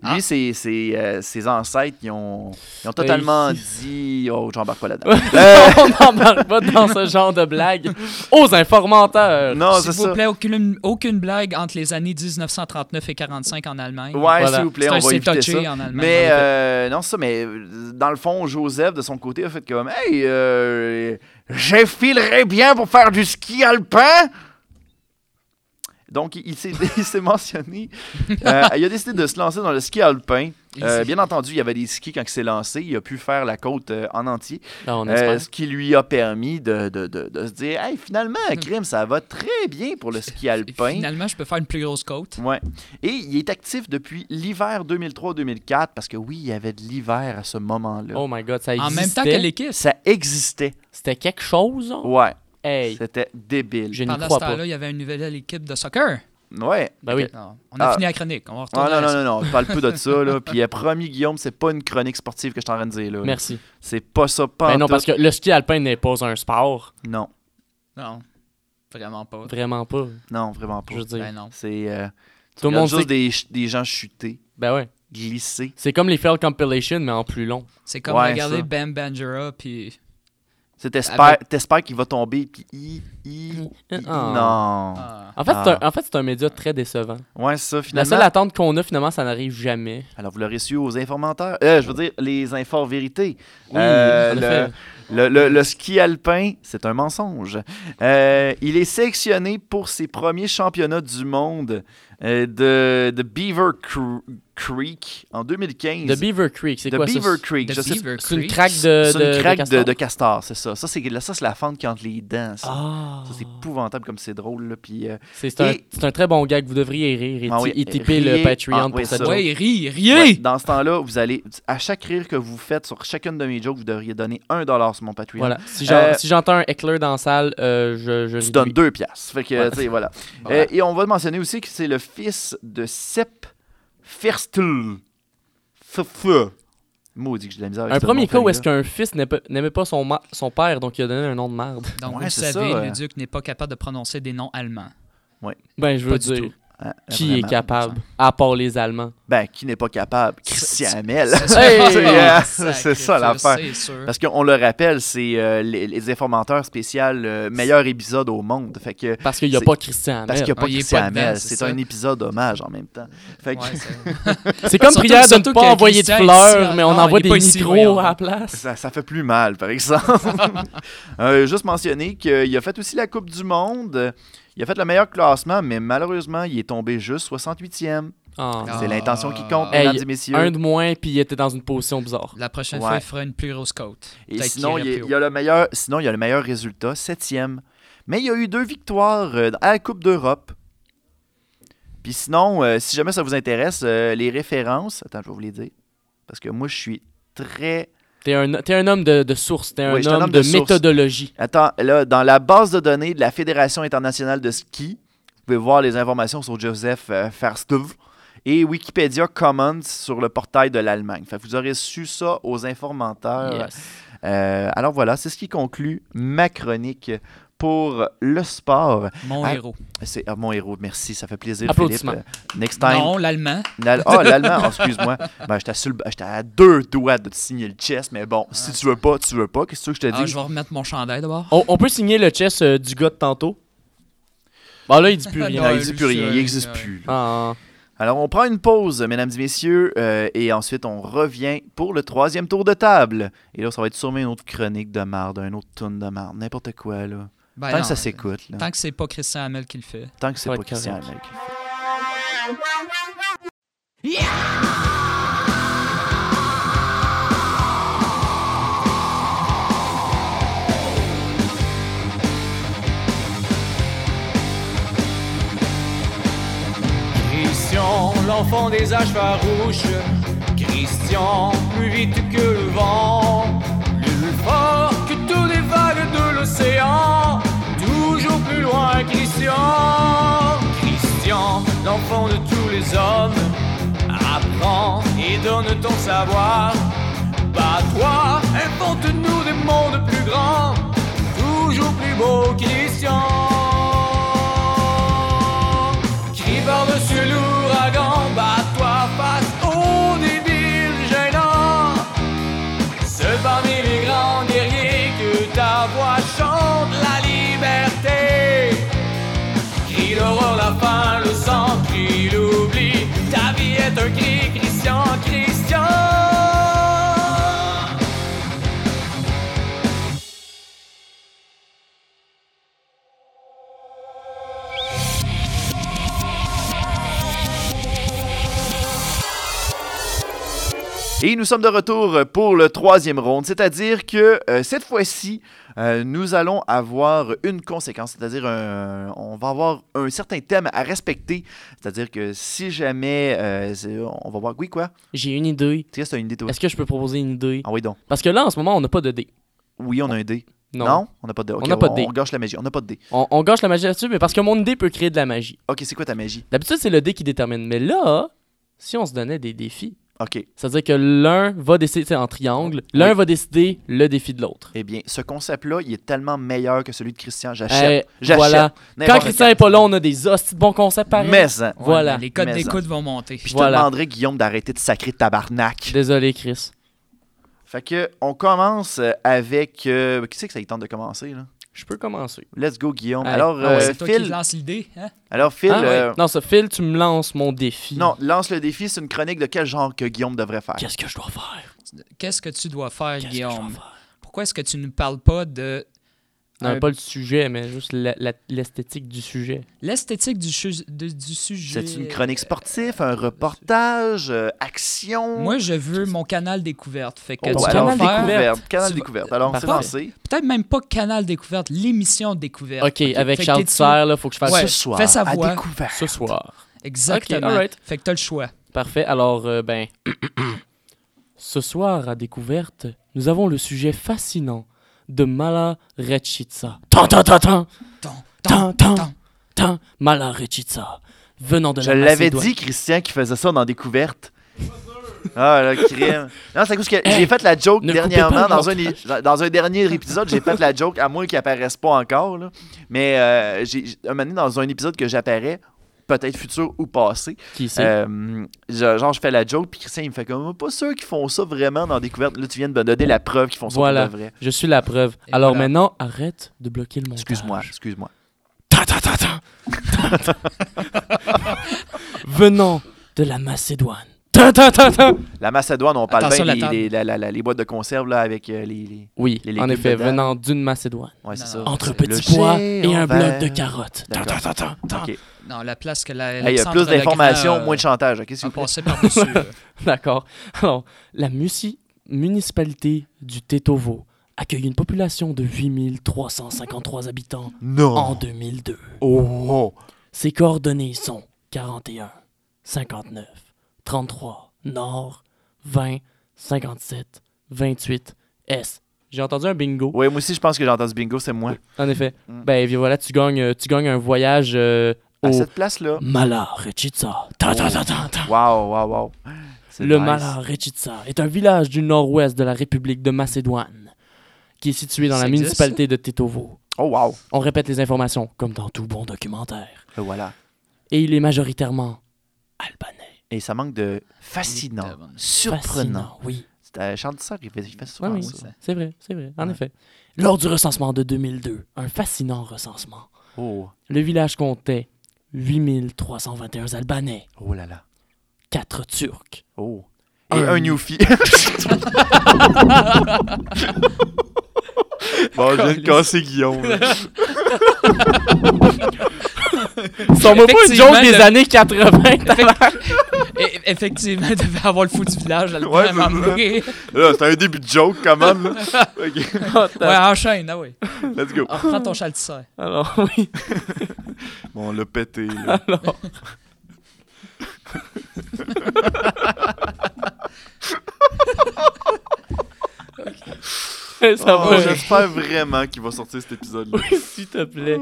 Lui,
Ah.
ses, ses, euh, ses ancêtres, ils ont,
Ben,
ils ont totalement
Euh,
dit. Oh, j'embarque pas
*laughs*
là-dedans.
*laughs*
Euh,
On n'embarque pas dans ce genre de blague aux informateurs.
non, c'est
Euh, S'il vous
ça.
plaît, aucune, aucune blague entre les années 1939 et 45 en Allemagne.
Ouais,
Voilà.
s'il vous plaît,
C'est
on
un
va
c'est
éviter
touché
ça.
en Allemagne.
Mais
en effet.
euh, non, c'est ça, mais euh, dans le fond, Joseph, de son côté, a fait comme Hey, euh, j'effilerais bien pour faire du ski alpin. Donc, il, il s'est *laughs* il s'est mentionné.
*laughs*
Euh, il a décidé de se lancer dans le ski alpin.
Il
Euh,
s'est-
bien entendu, il y avait des skis quand il s'est lancé. Il a pu faire la côte euh, en entier.
Ah, on
Euh,
espère.
ce qui lui a permis de, de- de- de se dire Hey, finalement,
Hmm.
crime, ça va très bien pour le ski alpin.
Finalement, je peux faire une plus grosse côte.
Ouais. Et il est actif depuis l'hiver 2003-2004 parce que oui, il y avait de l'hiver à ce moment-là.
Oh my god, ça
En
existait.
même temps que l'équipe.
Ça existait.
C'était quelque chose? hein?
Ouais,
Hey,
c'était débile.
je ne
Pendant ce
crois pas.
temps-là, il y avait une nouvelle équipe de soccer.
Ouais.
Ben oui.
Non, on a
Ah.
fini la chronique. On va
Ah,
retourner
non,
à
non,
ça.
non, non, on parle plus de ça.
*laughs*
Là. Puis, euh, promis, Guillaume, c'est pas une chronique sportive que je suis en train de dire. Là.
Merci.
C'est pas ça, pas
Ben non, parce que le ski alpin n'est pas un sport.
Non,
Non, vraiment pas.
Vraiment pas.
non, vraiment pas.
Je veux dire.
Ben non.
C'est euh,
Tout le
regarde
monde
juste
sait.
des, ch- des gens chutés,
Ben ouais.
glissés.
C'est comme les fail compilation, mais en plus long.
C'est comme
Ouais,
regarder
ça.
Bam Banjera, puis...
C'est t'espères, t'espères qu'il va tomber, puis i, i, i-
Ah.
Non.
Ah.
En fait, c'est
Ah.
un, en fait, c'est un média très décevant.
Ouais, c'est ça,
La
finalement.
seule attente qu'on a, finalement, ça n'arrive jamais.
Alors, vous l'aurez su aux informateurs. Euh, je veux dire, les infos vérités.
Oui,
Euh,
en
le,
effet.
le- le- le ski alpin, c'est un mensonge. Euh, il est sélectionné pour ses premiers championnats du monde euh, de, de Beaver Cr- Creek en 2015.
The Beaver Creek, c'est
De
quoi
Beaver
ça?
Creek.
The
Je sais-
Beaver
C'est une
Creek.
craque de,
c'est
de,
une
de
craque de,
castor?
de castor, c'est ça. Ça, c'est la- ça, c'est la fente quand les dents. Ça,
Ah.
Ça, c'est épouvantable comme c'est drôle. Là. Puis, euh,
C'est c'est un,
Et-
c'est un très bon gag, vous devriez rire et,
Ah oui,
ti- et tipper
riez.
le Patreon
Ah, oui,
pour cette
ça.
joke.
Ouais, ri,
Ouais,
riez!
dans ce temps-là, vous allez à chaque rire que vous faites sur chacune de mes jokes, vous devriez donner un dollar sur mon Patreon.
Voilà. Si
Euh,
j'en- si j'entends un heckler dans la salle, euh, je, je
Tu
ris
donnes
de lui.
deux piastres. Fait que,
*laughs* Ouais.
tu sais, voilà.
Voilà.
Euh, et on va mentionner aussi que c'est le fils de Sepp Ferstl. Fff. Maudit que j'ai de la misère avec
Un
ce nom
premier
de
cas où est-ce
famille-là.
qu'un fils n'aimait pas- n'aimait pas son, ma- son père, donc il a donné un nom de merde.
Donc,
Ouais,
vous le
c'est
savez,
ça,
le
euh.
duc n'est pas capable de prononcer des noms allemands.
*laughs* Ben, je
Pas
veux
du
dire,
tout.
Ah,
qui
vraiment,
est capable, à part les Allemands?
Ben, qui n'est pas capable Christian Hamel. *laughs*
C'est-
Yeah,
Sacré
c'est ça
feu,
l'affaire.
C'est sûr.
Parce qu'on le rappelle, c'est euh, les, les informateurs spécial euh, meilleur épisode au monde. Fait que
Parce qu'il n'y a
C'est-
pas Christian
parce qu'il n'y a
Hamel. Ah,
pas
il est
Christian
pas
Hamel,
dedans, c'est
c'est
ça.
un épisode hommage en même temps. Fait que *laughs*
Ouais, c'est-
C'est comme
Surtout-
prière de ne
surtout que
pas envoyer de
Christian est
fleurs,
ici,
mais on
non,
envoie
il est
des
pas ici,
micros
voyons.
à la place.
Ça, ça fait plus mal, par exemple. *laughs* Euh, juste mentionner qu'il a fait aussi la Coupe du Monde. Il a fait le meilleur classement, mais malheureusement, il est tombé juste 68e.
Ah.
Ah.
C'est l'intention qui compte,
Hey,
mesdames et messieurs.
Un de moins, puis il était dans une position bizarre.
La prochaine
Ouais.
fois, il fera une plus grosse côte.
Et
Peut-être
sinon
qu'il
il,
irait
est-
plus
il a le meilleur, sinon, il a le meilleur résultat, 7e. Mais il a eu deux victoires euh, à la Coupe d'Europe. Puis sinon, euh, si jamais ça vous intéresse, euh, les références, attends, je vais vous les dire. Parce que moi, je suis très
T'es un, t'es un homme de, de source, t'es un,
Oui, j'étais
homme de,
source.
méthodologie.
Attends, là, dans la base de données de la Fédération internationale de ski, pouvez voir les informations sur Joseph euh, Fairstov et Wikipédia Commons sur le portail de l'Allemagne. Fait que vous aurez su ça aux informateurs.
Yes.
Euh, alors voilà, c'est ce qui conclut ma chronique pour le sport.
Mon
Ah,
héros.
C'est ah, mon héros, merci, ça fait plaisir. Philippe.
Applaudissements.
Euh, Next time.
Non, l'allemand.
L'al- Ah, l'allemand, oh, excuse-moi. Ben, j'étais sur le- j'étais à deux doigts de te signer le chest, mais bon, si tu veux pas, tu veux pas. Qu'est-ce que tu veux que je te
Ah,
dis?
je vais remettre mon chandail d'abord.
On, on peut signer le chess euh, du gars de tantôt. Bon, là, il dit plus rien.
Non,
Ouais,
il dit
lui,
plus rien,
c'est-
il n'existe
ouais.
plus. là.
Ah,
Alors, on prend une pause, mesdames et messieurs, euh, et ensuite, on revient pour le troisième tour de table. Et là, ça va être sûrement une autre chronique de marde, un autre tune de marde, n'importe quoi, là.
Ben
tant
non, euh,
que ça s'écoute, hein. là. Tant,
Tant que c'est pas Christian Hamel qui le fait.
que
Ça
c'est
va
pas
être
Christian,
correct.
mec.
Christian, l'enfant des âges farouches. Christian, plus vite que le vent. Plus fort que tous les vagues de l'océan. Toujours plus loin, Christian. Christian, l'enfant de tous les hommes. Apprends et donne ton savoir. Bats-toi, invente-nous des mondes plus grands. Toujours plus beaux, Christian. Crie par-dessus l'ouragan, bats-toi face aux débiles gênants. Seul parmi les grands guerriers que ta voix chante la liberté. Crie l'horreur, la faim, le sang, crie l'oubli. Ta vie est un cri, Christian, Christian.
Et nous sommes de retour pour le troisième round, c'est-à-dire que euh, cette fois-ci, euh, nous allons avoir une conséquence, c'est-à-dire un- on va avoir un certain thème à respecter, c'est-à-dire que si jamais, euh, c'est- on va voir, oui quoi,
J'ai une idée.
tu as une idée toi?
Est-ce que je peux proposer une idée?
Ah oui donc,
Parce que là, en ce moment, on n'a pas de dés.
oui on a un dé.
Non.
Non, on n'a pas de dé. Ok,
n'a pas de dé.
On gâche la magie, on n'a pas de dé.
On, on gâche la magie là-dessus, mais parce que mon idée peut créer de la magie.
Ok, c'est quoi ta magie?
D'habitude, c'est le dé qui détermine. Mais là, si on se donnait des défis,
Ok,
c'est-à-dire que l'un va décider, c'est en triangle, l'un
Oui.
va décider le défi de l'autre.
eh bien, ce concept-là, il est tellement meilleur que celui de Christian, j'achète.
Eh,
J'achète.
voilà. Quand
N'importe
Christian est pas là, on a des hosties de bons concepts
quel.
pareil.
Mais, hein,
Ouais,
Voilà.
mais les codes
Mais
d'écoute vont monter.
je
Voilà.
te demanderai, Guillaume, d'arrêter de sacrer tabarnak.
Désolé, Chris.
Fait que on commence avec euh, qui c'est que ça y tente de commencer là
Je peux commencer.
Let's go Guillaume.
Hey,
alors,
ah
Ah ouais,
euh,
c'est toi qui
Phil,
lance l'idée. Hein?
alors Phil,
Ah, ouais.
euh,
Non, ça, Phil, tu me lances mon défi.
non, lance le défi. C'est une chronique de quel genre que Guillaume devrait faire
Qu'est-ce que je dois faire?
Qu'est-ce que tu dois faire,
Qu'est-ce que je dois
Guillaume?
faire?
Pourquoi est-ce que tu ne parles pas de
Non,
Euh,
pas le sujet, mais juste la- la- l'esthétique du sujet.
l'esthétique du, chu- de- du sujet?
C'est une chronique sportive, un reportage, euh, action.
Moi, je veux mon canal découverte. Fait que
Oh,
tu
alors,
vas
canal
faire-
découverte.
découverte. Canal
Tu-
découverte. Alors,
Parfait.
c'est lancé.
Peut-être même pas canal découverte, l'émission découverte.
Ok, avec
Fait que
Charles
t'es-tu-
Tisser, là, faut que je fasse
Ouais.
Ce
ça
soir,
fais sa
à
voix.
découvert.
ce soir.
Exactement.
Ok, alright.
Fait que t'as le choix.
Parfait. Alors, euh, ben, *clears throat* ce soir à découverte, nous avons le sujet fascinant de Mala Rechitsa. Tan, tan, tan, tan,
Ton,
tan,
ton,
tan,
ton.
tan, Mala Rechitsa, venant de
Je
la
l'avais
Macédoine.
dit, Christian, qui faisait ça dans Découverte. Ah, le crime. Non, c'est à cause que j'ai fait la joke
ne
dernièrement.
coupez pas le
Dans un, dans un dernier épisode, j'ai fait la joke, à moins qu'il apparaisse pas encore. là. Mais euh, j'ai, j'ai- un moment donné, dans un épisode que j'apparais, peut-être futur ou passé,
Qui c'est
euh, je- genre, je fais la joke, puis Christian, il me fait comme pas sûr qu'ils font ça vraiment dans Découverte. Là, tu viens de me donner la preuve qu'ils font ça pour
Voilà.
de vrai.
Je suis la preuve.
Et
Alors
voilà.
maintenant, arrête de bloquer le montage.
Excuse-moi, excuse-moi.
Tan, tan, tan, tan, tan, *laughs* tan. venant de la Macédoine. Tan, tan, tan, tan.
La Macédoine, on parle
Attention,
bien
la
des
table.
les, la- la- la- les boîtes de conserve là, avec euh, les, les-
Oui,
Les
en
légumes
effet,
dedans.
venant d'une Macédoine.
Ouais, c'est
Non,
ça.
non.
Entre
C'est
petits
le
pois
géant
et un bloc
vert.
de carottes. Tan,
D'accord.
tan, tan, tan, tan.
Ok.
Non, la place que la.
Hey, Il y a plus d'informations, moins de chantage. ok, s'il vous
On
plaît?
passait par-dessus.
*laughs*
là.
*laughs* D'accord. Alors, la musi- municipalité du Tetovo accueille une population de 8353 habitants
Non.
en 2002.
Oh,
Ses coordonnées sont 41, 59, 33, Nord, 20, 57, 28, S. J'ai entendu un bingo.
Oui, moi aussi, je pense que j'ai entendu bingo, c'est moi.
En effet.
Mm.
Ben, et voilà, tu gagnes, euh, tu gagnes un voyage euh,
à
au
cette place-là.
Mala Rechitsa. Ta, ta, ta, ta, ta.
Wow, wow, wow. C'est
Le
nice.
Mala Rechitsa est un village du nord-ouest de la République de Macédoine qui est situé dans
Ça
la
existe,
municipalité de Tetovo.
Oh, wow.
On répète les informations comme dans tout bon documentaire.
Le voilà.
Et il est majoritairement albanais.
Et ça manque de fascinant,
Évidemment.
surprenant.
Fascinant, oui.
C'était Chantisseur, il fait, il fait
Oui,
souvent
oui,
ça.
c'est vrai, c'est vrai, en
Ouais.
effet. Lors du recensement de 2002, un fascinant recensement,
Oh,
le village comptait 8321 Albanais,
oh là là.
4 Turcs,
Oh. Et
Un-
un
*laughs*
newfie. bon, je viens de casser Guillaume.
*laughs*
là.
Son mot pas une
Effectivement,
joke des
le-
années 80. t'as l'air.
*laughs* Et- e, Effectivement, il devait avoir le fou du village à le
Ouais,
vraiment
c'est ça.
mourir.
Là, c'est un début de joke, quand même. là. OK,
Ouais,
*laughs*
enchaîne, ah oui.
let's go.
Ah, Prends ton chaltisseur.
Alors, oui,
Bon, on l'a pété,
*laughs*
là.
alors. *laughs* Ça
Oh,
va,
J'espère vraiment qu'il va sortir cet épisode-là.
s'il te plaît.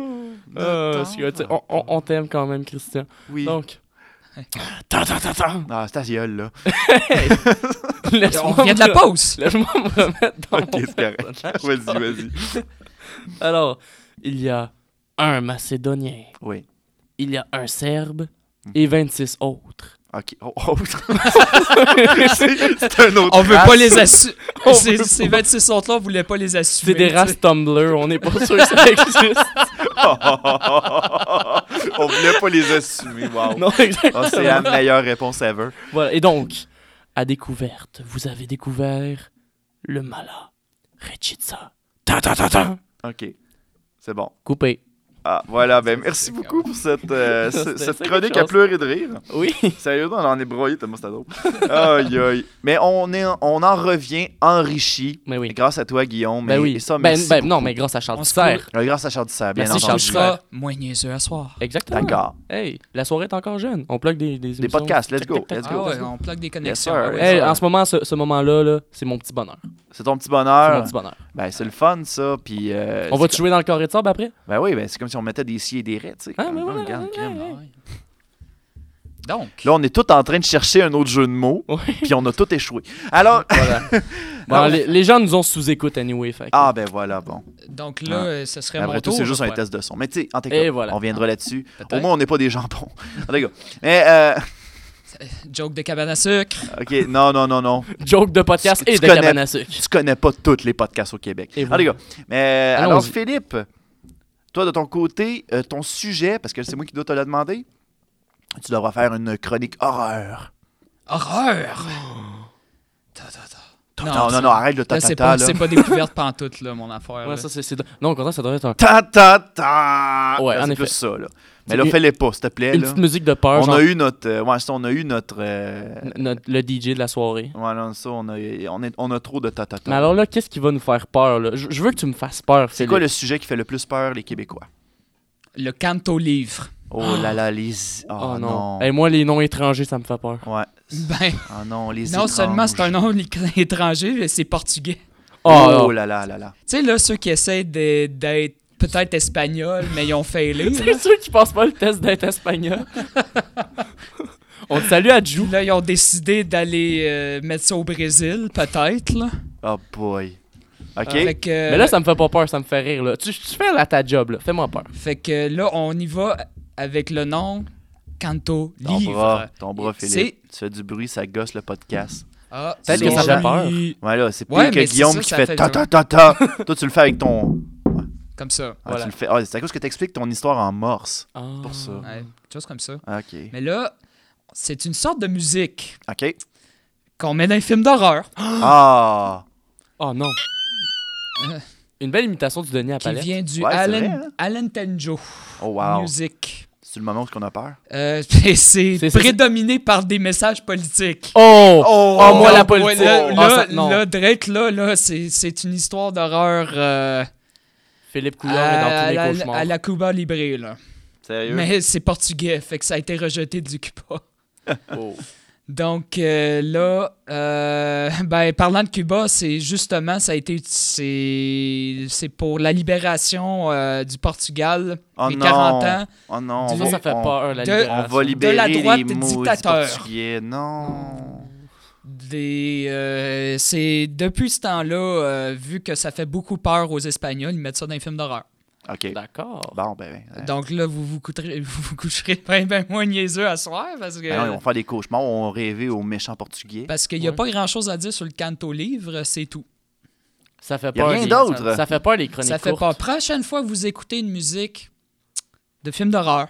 Oh, excuse-moi, tu sais, on on- on t'aime quand même, Christian.
Oui.
*laughs*
Donc. Attends, attends, attends. *laughs*
Ah, c'est ta gueule, là.
On revient de la pause.
Laisse-moi me remettre dans
Ok,
mon
c'est correct. Vas-y, vas-y.
Alors, il y a un Macédonien,
Oui.
il y a un Serbe et 26 autres.
Ok. Oh, oh. *laughs* c'est c'est un autre.
On veut
race.
pas les assumer.
*laughs* On veut
Ces 26 autres-là, on voulait pas les assumer.
C'est des races Tumblr, on n'est pas sûr que ça
*laughs*
existe.
on voulait pas les assumer. Wow.
non,
Oh, c'est la
exactement.
meilleure réponse ever.
Voilà, et donc, à découverte, vous avez découvert le Mala Rechitsa. Ta ta ta ta.
Ok. C'est bon.
Coupé.
Ah, voilà. Ben, merci beaucoup pour cette, euh,
*laughs*
ce-
Ça,
cette
c'était ça, quelque
chronique à
chose.
pleurer de rire.
Oui.
Sérieusement, on en est broyé tellement c'était drôle. Aïe, aïe. Mais on, est, on en revient enrichi.
Mais oui.
Grâce à toi, Guillaume. et-
Ben oui.
Et ça,
ben,
merci
ben,
beaucoup.
non, mais grâce à Charles
On se
Serre.
Euh, Grâce à Charles Dissert, bien
Merci,
On
entendu.
Charles Dissert.
sera moins niaiseux à soir.
Exactement.
D'accord.
Hey, la soirée est encore jeune. On plug des, des,
Des
émissions.
podcasts, let's go,
Tac, tac,
let's
tac,
Ah
go.
tac,
ouais,
tac.
on plug des connexions.
sir.
ah ouais.
Hey,
ça,
en
ouais.
ce moment, ce, ce moment-là, là, c'est mon petit bonheur.
C'est ton petit
C'est mon
bonheur.
petit bonheur.
Ben, c'est le fun, ça. Puis, euh,
On
c'est
va te jouer dans le carré de sable après?
comme- Ben oui, ben, c'est comme si on mettait des scies et des raies, tu sais.
Ah,
comme-
ben
hein,
voilà,
regarde,
ouais,
crème.
ouais.
Donc,
Là, on est tous en train de chercher un autre jeu de mots,
Ouais.
puis on a tout échoué. Alors, *laughs*
Bon,
Non,
les, les gens nous ont sous-écoute anyway. Fait que-
ah ben voilà, bon.
donc là,
Ah.
euh, ce serait mon
Après tout,
tour.
c'est juste un
ouais.
test de son. Mais tu sais, en tout
Et
cas,
voilà.
on viendra là-dessus. Au
Peut-être.
moins, on n'est pas des jambons. *laughs* En tout cas. Mais, euh,
Joke de cabane à sucre.
ok, non, non, non, non.
Joke de podcast
Tu-
et
tu
de
connais-
cabane à sucre.
Tu connais pas tous les podcasts au Québec.
Et
En tout cas, mais euh,
Allons-y.
alors, Philippe, toi, de ton côté, euh, ton sujet, parce que c'est moi qui dois te le demander, tu devras faire une chronique horreur.
Horreur. Ta, ta, ta.
Non, non, non,
c'est-
arrête le
Là, c'est
ta-ta-ta,
pas,
là.
c'est pas découverte pantoute, là, mon affaire.
Ouais,
là.
ça, c'est- c'est- Non, au contraire, ça devrait être un-
Ta-ta-ta!
Ouais,
Là,
en
c'est
effet.
plus ça, là. Mais
C'est
là,
une-
fais-les pas, s'il te plaît,
une
là.
petite musique de
On
peur. genre,
a eu notre... euh, ouais, ça, on a eu notre... euh,
notre- le DJ de la soirée.
ouais, non, ça, on a, on est- on a trop de
Mais
ta-ta-ta.
alors là, qu'est-ce qui va nous faire peur? là? Je je veux que tu me fasses peur,
C'est
Philippe.
quoi le sujet qui fait le plus peur, les Québécois?
Le
*laughs*
canto livre.
Oh
*gasps*
là là, les... Oh, non.
Oh non. Et moi, les noms étrangers, ça me fait peur.
Ouais.
Ben,
Oh non, les
non seulement c'est un
étranges.
nom *laughs* étranger, mais c'est portugais.
Oh,
Oh
non.
là là là là.
Tu sais, là, ceux qui essaient de- d'être peut-être espagnols, mais ils
*laughs*
ont failé. là.
*laughs* C'est sûr qu'ils passent pas le test d'être espagnol. *laughs* On te salue à Jou.
Puis Là, ils ont décidé d'aller euh, mettre ça au Brésil, peut-être. là. Euh,
Oh boy. OK.
Ah, Fait que,
Mais là, ça me fait pas peur, ça me fait rire. Là. Tu, tu fais la ta job, là. Fais-moi peur.
fait que là, on y va avec le nom Canto
Ton bras,
Livre. euh,
ton bras,
C'est-
Philippe. Tu fais du bruit, ça gosse le podcast.
Ah,
Peut-être
que ça
c'est
fait
peur.
lui,
Ouais, là, c'est pire
Ouais,
que
mais c'est
Guillaume
ça,
qui
ça
fait
fait
ta
le-
ta ta ta.
*laughs*
Toi, tu le fais avec ton.
Comme ça.
Ah,
Voilà.
tu le fais. Ah, c'est à cause que t'expliques ton histoire en morse.
Ah.
Pour ça.
Mm. Ouais, quelque chose comme ça.
Ok.
Mais là, c'est une sorte de musique
Ok.
qu'on met dans les films d'horreur
Ah.
Oh non. *laughs* Une belle imitation du Denis à
qui
palette.
vient du
ben Ouais, c'est
Alan,
vrai, hein?
Alan Tenjo
Oh wow.
Music.
C'est le moment où on a peur.
Euh, *laughs* c'est- c'est
C'est- c'est-
prédominé par des messages politiques.
Oh!
Oh.
Oh, moi, la
Donc, ouais,
politique.
Là,
Oh,
là,
ça- non.
là, Drake, là, là c'est c'est une histoire d'horreur euh,
Philippe
à,
Coulard est dans tous
à
les
la-
cauchemars.
à la Cuba Libre. Là.
Sérieux. *laughs*
Mais c'est portugais, fait que ça a été rejeté du Cuba.
Oh.
Donc euh, là, euh, ben, parlant de Cuba, c'est justement, ça a été, c'est c'est pour la libération euh, du Portugal,
Oh
les
non.
40 ans.
Oh non,
Ça,
on,
ça fait
on-
peur, la
de-
on
libération.
va libérer
la droite
les maudits
dictateur.
Portugais. Non.
Des, euh, c'est depuis ce temps-là, euh, vu que ça fait beaucoup peur aux Espagnols, ils mettent ça dans les films d'horreur.
OK.
D'accord.
Bon, ben, ben, ben,
Donc là, vous vous, coucherez, *laughs* vous vous coucherez ben, ben moins niaiseux à soir parce que.
ben non, ils vont faire des cauchemars, on rêvait aux méchants portugais.
parce qu'il n'y a
Ouais.
pas grand-chose à dire sur le canto livre, c'est tout.
Ça fait
Y a
peur.
rien
les-
d'autre.
Ça, ça fait peur, les chroniques
Ça fait pas.
courtes.
Prochaine fois que vous écoutez une musique de film d'horreur,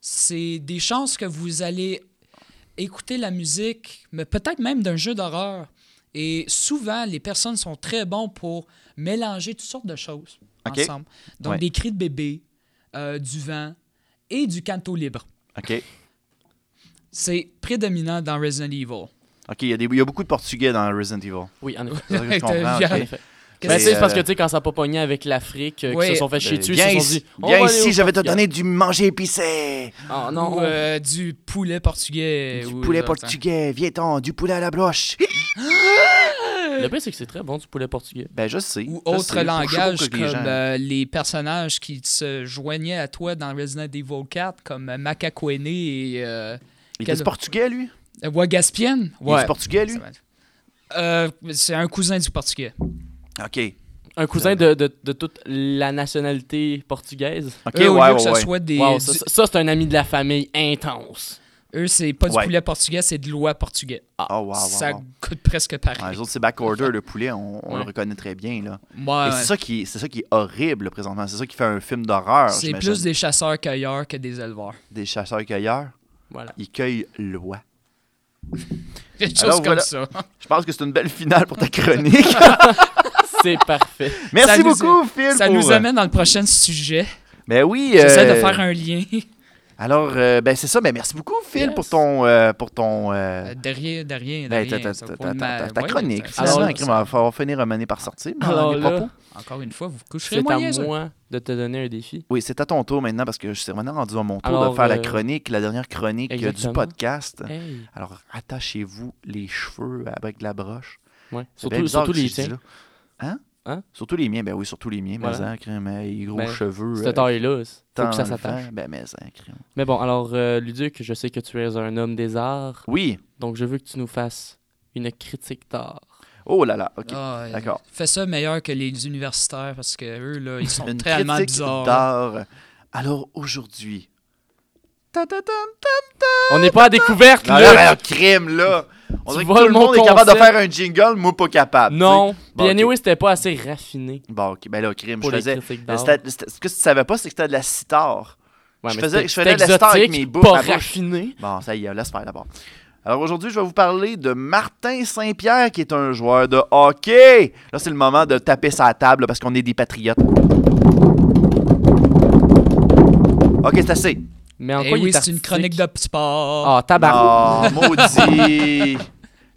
c'est des chances que vous allez écouter la musique, mais peut-être même d'un jeu d'horreur. Et souvent, les personnes sont très bons pour mélanger toutes sortes de choses
OK.
ensemble. Donc,
Ouais.
des cris de bébé, euh, du vent et du canto libre.
OK.
C'est prédominant dans Resident Evil.
OK, il y, a des- il y a beaucoup de portugais dans Resident Evil.
Oui, *laughs* en effet.
C'est ça que je comprends,
T'as-
OK.
En effet.
Qu'est-ce
Ben,
Et,
que
tu sais, c'est parce que,
euh,
tu sais, quand ça n'a pas pogné avec l'afrique, euh,
Ouais.
qu'ils se sont fait chier
Euh,
dessus, ils
viens
se sont
ici,
dit. on
viens
va aller
ici,
au
je vais te
Portugal.
donner du manger épicé.
Ah
Ou,
non,
euh, du poulet portugais.
Du
ou- euh,
poulet portugais, viens-t'en, du poulet à la broche. Hi!
le pire, c'est que c'est très bon du poulet portugais.
Ben, je sais.
Ou
je
autre
sais, faut-
langage
faut que
comme
les gens-
euh, les personnages qui se joignaient à toi dans Resident Evil 4, comme euh, Macaquene et euh,
Il était
quel-
portugais, lui?
euh, Wagaspienne.
Il
Ouais.
est portugais, lui?
Ça va- Euh, c'est un cousin du portugais.
OK.
Un cousin de, de, de toute la nationalité portugaise.
OK,
Eux,
ouais,
au lieu que
ouais,
ce
ouais.
soit des.
Wow, ça,
du-
ça- ça, c'est un ami de la famille intense.
Eux, c'est pas du
Ouais.
poulet portugais, c'est de l'oie portugais.
Oh, wow, wow,
ça
wow.
coûte presque
Ouais,
pareil.
les autres, c'est backorder, le poulet, on, on
Ouais.
le reconnaît très bien, là.
Moi,
Et c'est ça, qui, c'est ça qui est horrible, présentement. C'est ça qui fait un film d'horreur,
c'est
j'imagine.
plus des chasseurs-cueilleurs que des éleveurs. *laughs*
Des chasseurs-cueilleurs,
Voilà.
ils cueillent l'oie.
Quelque chose
Alors,
comme
voilà.
ça.
Je pense que c'est une belle finale pour ta chronique.
C'est *laughs* parfait.
Merci
nous-
beaucoup, Phil.
ça
pour-
nous amène dans le prochain sujet.
Ben oui.
J'essaie
euh,
de faire
*laughs*
un lien.
Alors, euh, ben c'est ça. Ben merci beaucoup, Phil,
Yes.
pour ton... euh, pour ton euh,
Euh, De rien, de rien, de
ben,
rien.
ta, ta-
Ça,
ta-
pour
ta-
ma-
ta- ta
ouais,
chronique,
ça-
finalement.
ça-
Il va falloir finir un année par sortie. mais
Alors euh,
les
là,
propos.
Encore une fois, vous vous coucherez
C'est à
moyen. ça.
moi de te donner un défi.
Oui, c'est à ton tour maintenant, parce que je suis maintenant rendu à mon tour
Alors,
de faire la
euh,
chronique, la dernière chronique euh, du
exactement.
podcast.
Hey.
Alors, attachez-vous les cheveux avec la broche.
Ouais.
C'est bien
Surtout,
bizarre
surtout
que
les
je dis
tiens.
là. Hein?
Hein?
Surtout les miens, ben oui, surtout les miens.
Voilà.
Mais, hein, crème, hein, les gros
Ben,
cheveux. euh,
Cette taille-là, c'est- faut que ça
tant
s'attache.
levant, Ben, mais, hein, crème.
Mais bon, alors, euh, Luduc, je sais que tu es un homme des arts,
Oui.
donc je veux que tu nous fasses une critique d'art.
Oh là là, OK.
Ah,
D'accord.
euh, Fais ça meilleur que les universitaires parce que eux, là, ils sont
Une
tellement
critique
bizarres.
d'art. Alors, aujourd'hui... Ta -ta -ta.
On n'est pas à découverte,
Non,
Luc!
là, là, crime, là! On
Tu
dirait que
voles
tout le
mon
monde est capable de
concept.
faire un jingle, moi pas capable. tu
Non,
sais.
bien
Bon, ok.
anyway, c'était pas assez raffiné
Bon, ok, ben là, crime,
pour
je
les
faisais...
critiques
Mais
d'art.
c'était- c'était- Ce que tu savais pas, c'est que c'était de la sitar.
Ouais,
je
mais
faisais-
c'était-
je faisais
c'était
la star avec
exotique,
mes bouts, ma
pas
bouche.
raffiné.
Bon, ça y est, laisse faire d'abord. Alors aujourd'hui, je vais vous parler de Martin Saint-Pierre, qui est un joueur de hockey. Là, c'est le moment de taper sa table là, parce qu'on est des patriotes. Ok, c'est assez.
Mais en
Eh
Et
quoi il
Eh oui,
est
c'est une
artistique?
chronique de sport.
Ah, tabarou.
Oh, maudit!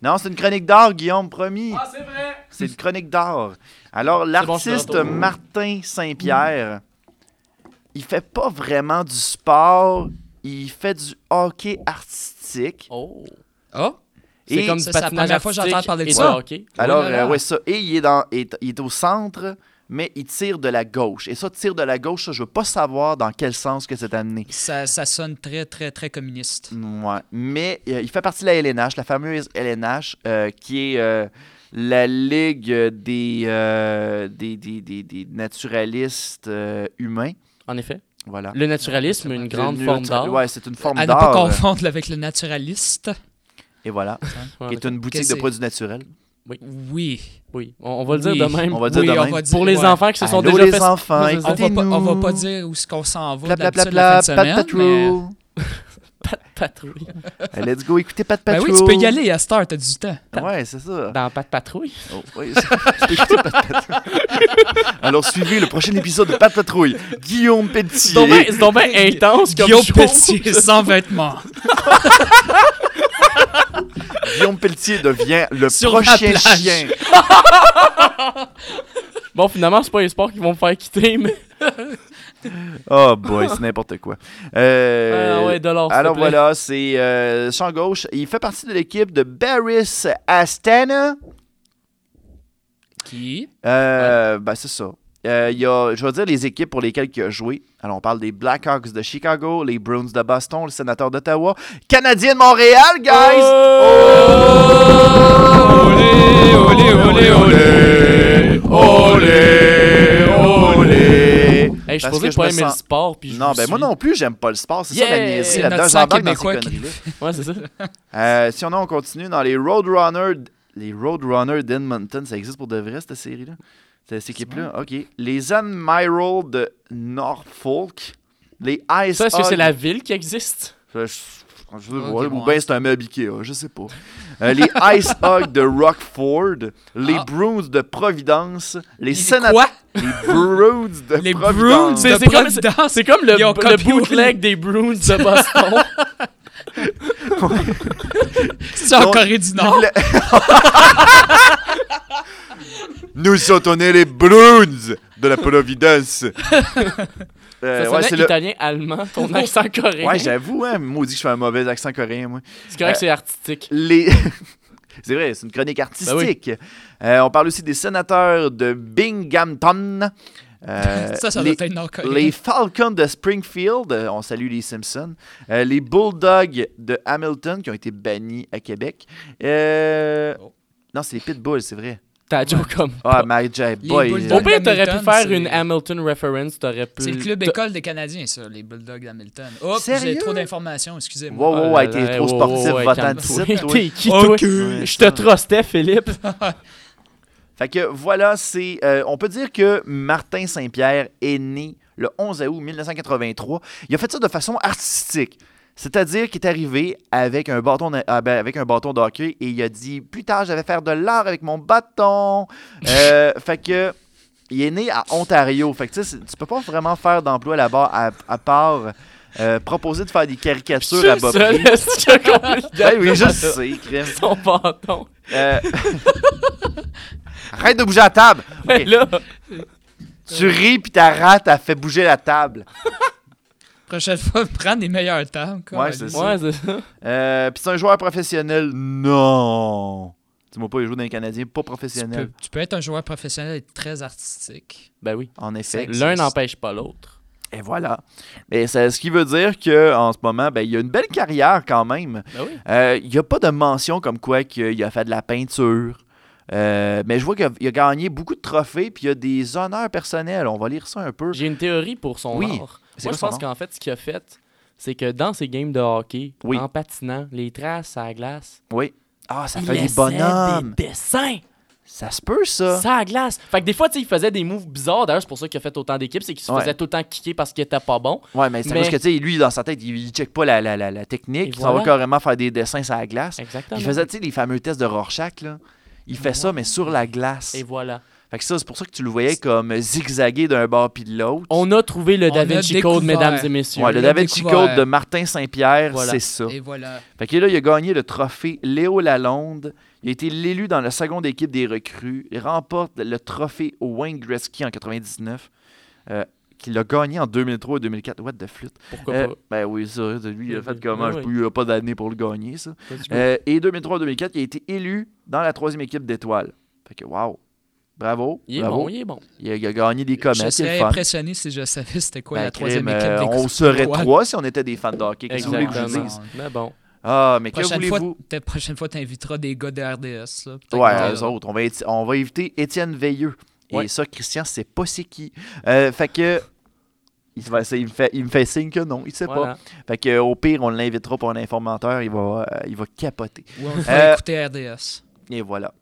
Non, c'est une chronique d'art, Guillaume, promis.
Ah, c'est vrai!
C'est une chronique d'art. Alors,
bon, c'est
l'artiste
dans ton-
Martin Saint-Pierre, il fait pas vraiment du sport, il fait du hockey artistique.
Oh.
Ah.
Oh,
C'est
Et-
comme Oh
Ça,
du
c'est la
patinage
première fois que j'entends
artistique
parler de
et
ça.
hockey.
Alors,
là là.
euh, ouais, ça. Et il est, dans, il est- il est au centre, mais il tire de la gauche. Et ça, tire de la gauche, ça, je veux pas savoir dans quel sens que c'est amené.
ça, ça sonne très, très, très communiste.
Ouais. Mais euh, il fait partie de la LNH, la fameuse LNH, euh, qui est euh, la ligue des, euh, des, des, des- des naturalistes euh, humains.
En effet.
Voilà.
Le naturalisme, une grande
Le
forme
natu-
d'art.
Ouais, c'est une forme
À ne pas
d'art. euh,
confondre avec le naturaliste.
Et voilà,
Ouais,
qui est une boutique
Qu'est-ce
de
que
produits naturels.
Oui.
Oui, on, on va le dire
Oui.
de même.
On va dire
oui,
de
on
même.
va dire-
Pour les
ouais.
enfants qui se sont
Allô,
déjà
les
fait...
enfants,
Ouais, c'est ça.
On va, pas, on va pas
écoutez-nous.
dire où ce qu'on s'en va d'habitude
Blablabla,
la fin de
Pat
semaine, mais-
Patrou.
*laughs*
patrouille.
Euh, Let's go, écoutez Pat
Ben
Patrou.
oui, tu peux y aller Ben. à Star, t'as du temps.
Ouais, c'est ça.
Dans Pat Patrouille.
Oh, oui, *laughs* je peux écouter Pat Patrouille. Alors suivez le prochain épisode de Pat Patrouille. Guillaume Petit.
C'est donc bien- c'est donc
*laughs*
bien intense comme
Guillaume
show. *laughs*
Petit, sans vêtements.
Guillaume Pelletier devient
*laughs*
le
Sur la
prochain
plage.
chien.
Bon, finalement, c'est pas les sports qui vont me faire quitter, mais
Oh boy, c'est n'importe quoi. Euh,
Ah ouais, dollar, s'il te
alors
plaît.
voilà, c'est euh, champ gauche. Il fait partie de l'équipe de Baris Astana.
Qui?
Euh, Ben, c'est ça. Euh, il y a, je vais dire les équipes pour lesquelles il a joué. Alors, on parle des Blackhawks de Chicago, les Bruins de Boston, le Sénateur d'Ottawa, Canadien de Montréal, guys!
Oh!
Oh,
Olé, olé, olé, olé!
Olé, olé!
Hey, je suis
oh, Parce
supposé
que je
pas
me
aimer
sens-
le sport. Puis je
Non,
vous
ben moi
suis.
non plus, j'aime pas le sport. C'est ça la
Yeah!
niaiserie
C'est
là-dedans.
notre sang
J'embarque dans ces
québécois qui-
conneries-là.
Ouais, c'est ça.
Euh, si on a, on continue dans les Roadrunners. Les Roadrunners d'Edmonton, ça existe pour de vrai, cette série-là? Cette, cette équipe-là? OK. Les Admirals de Norfolk. Les Ice
Ça, est-ce que c'est
Hog-
la ville qui existe?
Je, je- je veux
Ok,
voir, ou
bon,
bien
hein.
c'est un meuble Ikea, je sais pas. Euh, les
*laughs*
Ice Hog de Rockford. Les
Ah.
Bruins de Providence. Les Sénateurs.
Quoi?
Les Bruins de
Les Bruins
Providence.
Mais
de
c'est comme-
Providence!
C'est comme le,
Ils ont
le
copié au-
bootleg des
*laughs*
Bruins de
Euh,
Boston.
C'est en
Donc,
Corée du Nord!
Nous soutenons les Bruins de la
*laughs*
Providence. Euh,
ça
ouais,
sonnait
c'est le-
italien, allemand, ton accent coréen.
Ouais, j'avoue,
*laughs*
hein, maudit que je fais un mauvais accent coréen, moi.
c'est correct,
Euh,
c'est artistique.
Les... *laughs* c'est vrai, c'est une
Ben
chronique artistique. Euh, on parle aussi des sénateurs de Binghamton. Euh,
*laughs* Ça, ça
les...
doit être nord-coréen.
les Falcons de Springfield, euh, on salue les Simpsons. Euh, les Bulldogs de Hamilton qui ont été bannis à Québec. Euh,
Oh.
Non, c'est les Pitbulls, c'est vrai.
T'as joke comme.
Ah, my J. Boy.
Bulldogs.
euh,
Au pire, t'aurais pu
Hamilton,
faire
c'est-
une Hamilton reference, t'aurais pu.
C'est le club
t'a-
école des Canadiens, ça, les Bulldogs d'Hamilton. Oh,
Sérieux?
j'ai trop d'informations, excusez-moi.
Wow,
Oh
wow,
là
ouais,
là,
t'es
hey,
trop
wow,
sportif,
wow, ouais,
va-t'en de
calme-toi. *laughs*
site, toi.
T'es qui, toi?
Ok.
Je te trustais, Philippe.
Fait que voilà, c'est. euh, on peut dire que Martin Saint-Pierre est né le 11 août 1983. Il a fait ça de façon artistique. C'est-à-dire qu'il est arrivé avec un bâton de, ah, ben, avec un bâton de hockey et il a dit Plus tard, je vais faire de l'art avec mon bâton.
*laughs*
Euh, fait que. Il est né à Ontario. Fait que tu sais, c'est- tu peux pas vraiment faire d'emploi là-bas à, à part euh, proposer de faire des
Je
caricatures
suis
à
le
Bob.
seul, est-ce qu'il a compris *laughs*
Ben
le gars
oui, je sais, crème.
Son bâton. *laughs*
Euh, *laughs* Arrête de bouger la table! Ok.
Mais là,
Tu ris puis ta rate a fait bouger la table.
Prochaine fois, *laughs* prends des meilleurs temps. quoi.
Ouais, c'est ça.
ouais, c'est ça.
Euh, puis c'est un joueur professionnel. Non! Dis-moi pas, il joue dans les Canadiens, pas
Tu peux,
professionnel.
tu peux être un joueur professionnel et très artistique.
Ben oui.
En effet.
L'un n'empêche pas l'autre.
Et voilà. Mais c'est ce qui veut dire que en ce moment, ben, il a une belle carrière quand même.
Ben oui.
Euh, il n'y a pas de mention comme quoi qu'il a fait de la peinture. Euh, mais je vois qu'il a, il a gagné beaucoup de trophées puis il a des honneurs personnels. On va lire ça un peu.
J'ai une théorie pour son
Oui.
art.
C'est quoi
Moi, je
son
pense
art?
qu'en fait, ce qu'il a fait, c'est que dans ses games de hockey,
Oui.
en patinant, les traces à la glace,
Oui. Ah, ça
il
fait des
laissait
bonhommes.
des dessins
Ça se peut, ça.
ça à la glace. Fait que des fois, tu sais, il faisait des moves bizarres. D'ailleurs, c'est pour ça qu'il a fait autant d'équipes, c'est qu'il se
Ouais.
faisait tout le temps kicker parce qu'il était pas bon.
Ouais, mais c'est
Mais-
parce que, tu sais, lui, dans sa tête, il, il check pas la, la, la, la
Et
technique. Il s'en
voilà.
va carrément faire des dessins sur la glace.
Exactement.
Il faisait, tu sais, les fameux tests de Rorschach, là. Il fait ça, mais sur la glace.
Et voilà.
Fait que ça, c'est pour ça que tu le voyais comme zigzaguer d'un bord puis de l'autre.
On a trouvé le
On
Da
a
Vinci
découvert.
Code, mesdames et messieurs.
Ouais, le
l'a
Da Vinci
découvert.
Code de Martin Saint-Pierre,
Voilà.
c'est ça.
Et voilà.
Fait que là, il a gagné le trophée Léo Lalonde. Il a été l'élu dans la seconde équipe des recrues. Il remporte le trophée Wayne Gretzky en 99, euh, qu'il a gagné en 2003 et 2004. What the flûte.
Pourquoi
Euh, ben oui, ça, lui, il a fait comment?
Oui, oui.
Il n'a pas d'année pour le gagner, ça.
pas?
Euh, et 2003-2004, il a été élu dans la troisième équipe d'étoiles. Fait que, wow! Bravo!
il est
euh, bravo.
bon, il est bon.
Il, a, il a gagné des
je
comètes, c'est le
serais
fun.
impressionné si je savais c'était quoi
Ben,
la troisième
crime,
équipe
euh,
des
on
Coupe
serait
d'étoiles.
trois si on était des fans de hockey. Qu'est-ce que vous voulez que je vous
Exactement.
dise?
Mais bon.
Ah, mais que
Prochaine fois,
voulez-vous?
peut-être prochaine fois, t'inviteras des gars de RDS. Là, Peut-être
Ouais,
que-
eux autres. On va, éti- on va éviter Étienne Veilleux. Et
Ouais.
ça, Christian, c'est pas c'est qui. Euh, fait que... Il, se fait- ça, il me fait, il me fait signe que non, il sait
Voilà.
pas. Fait que, au pire, on l'invitera pour un informateur, il va, euh, il va capoter.
Ou on va
Euh,
écouter RDS.
Et voilà.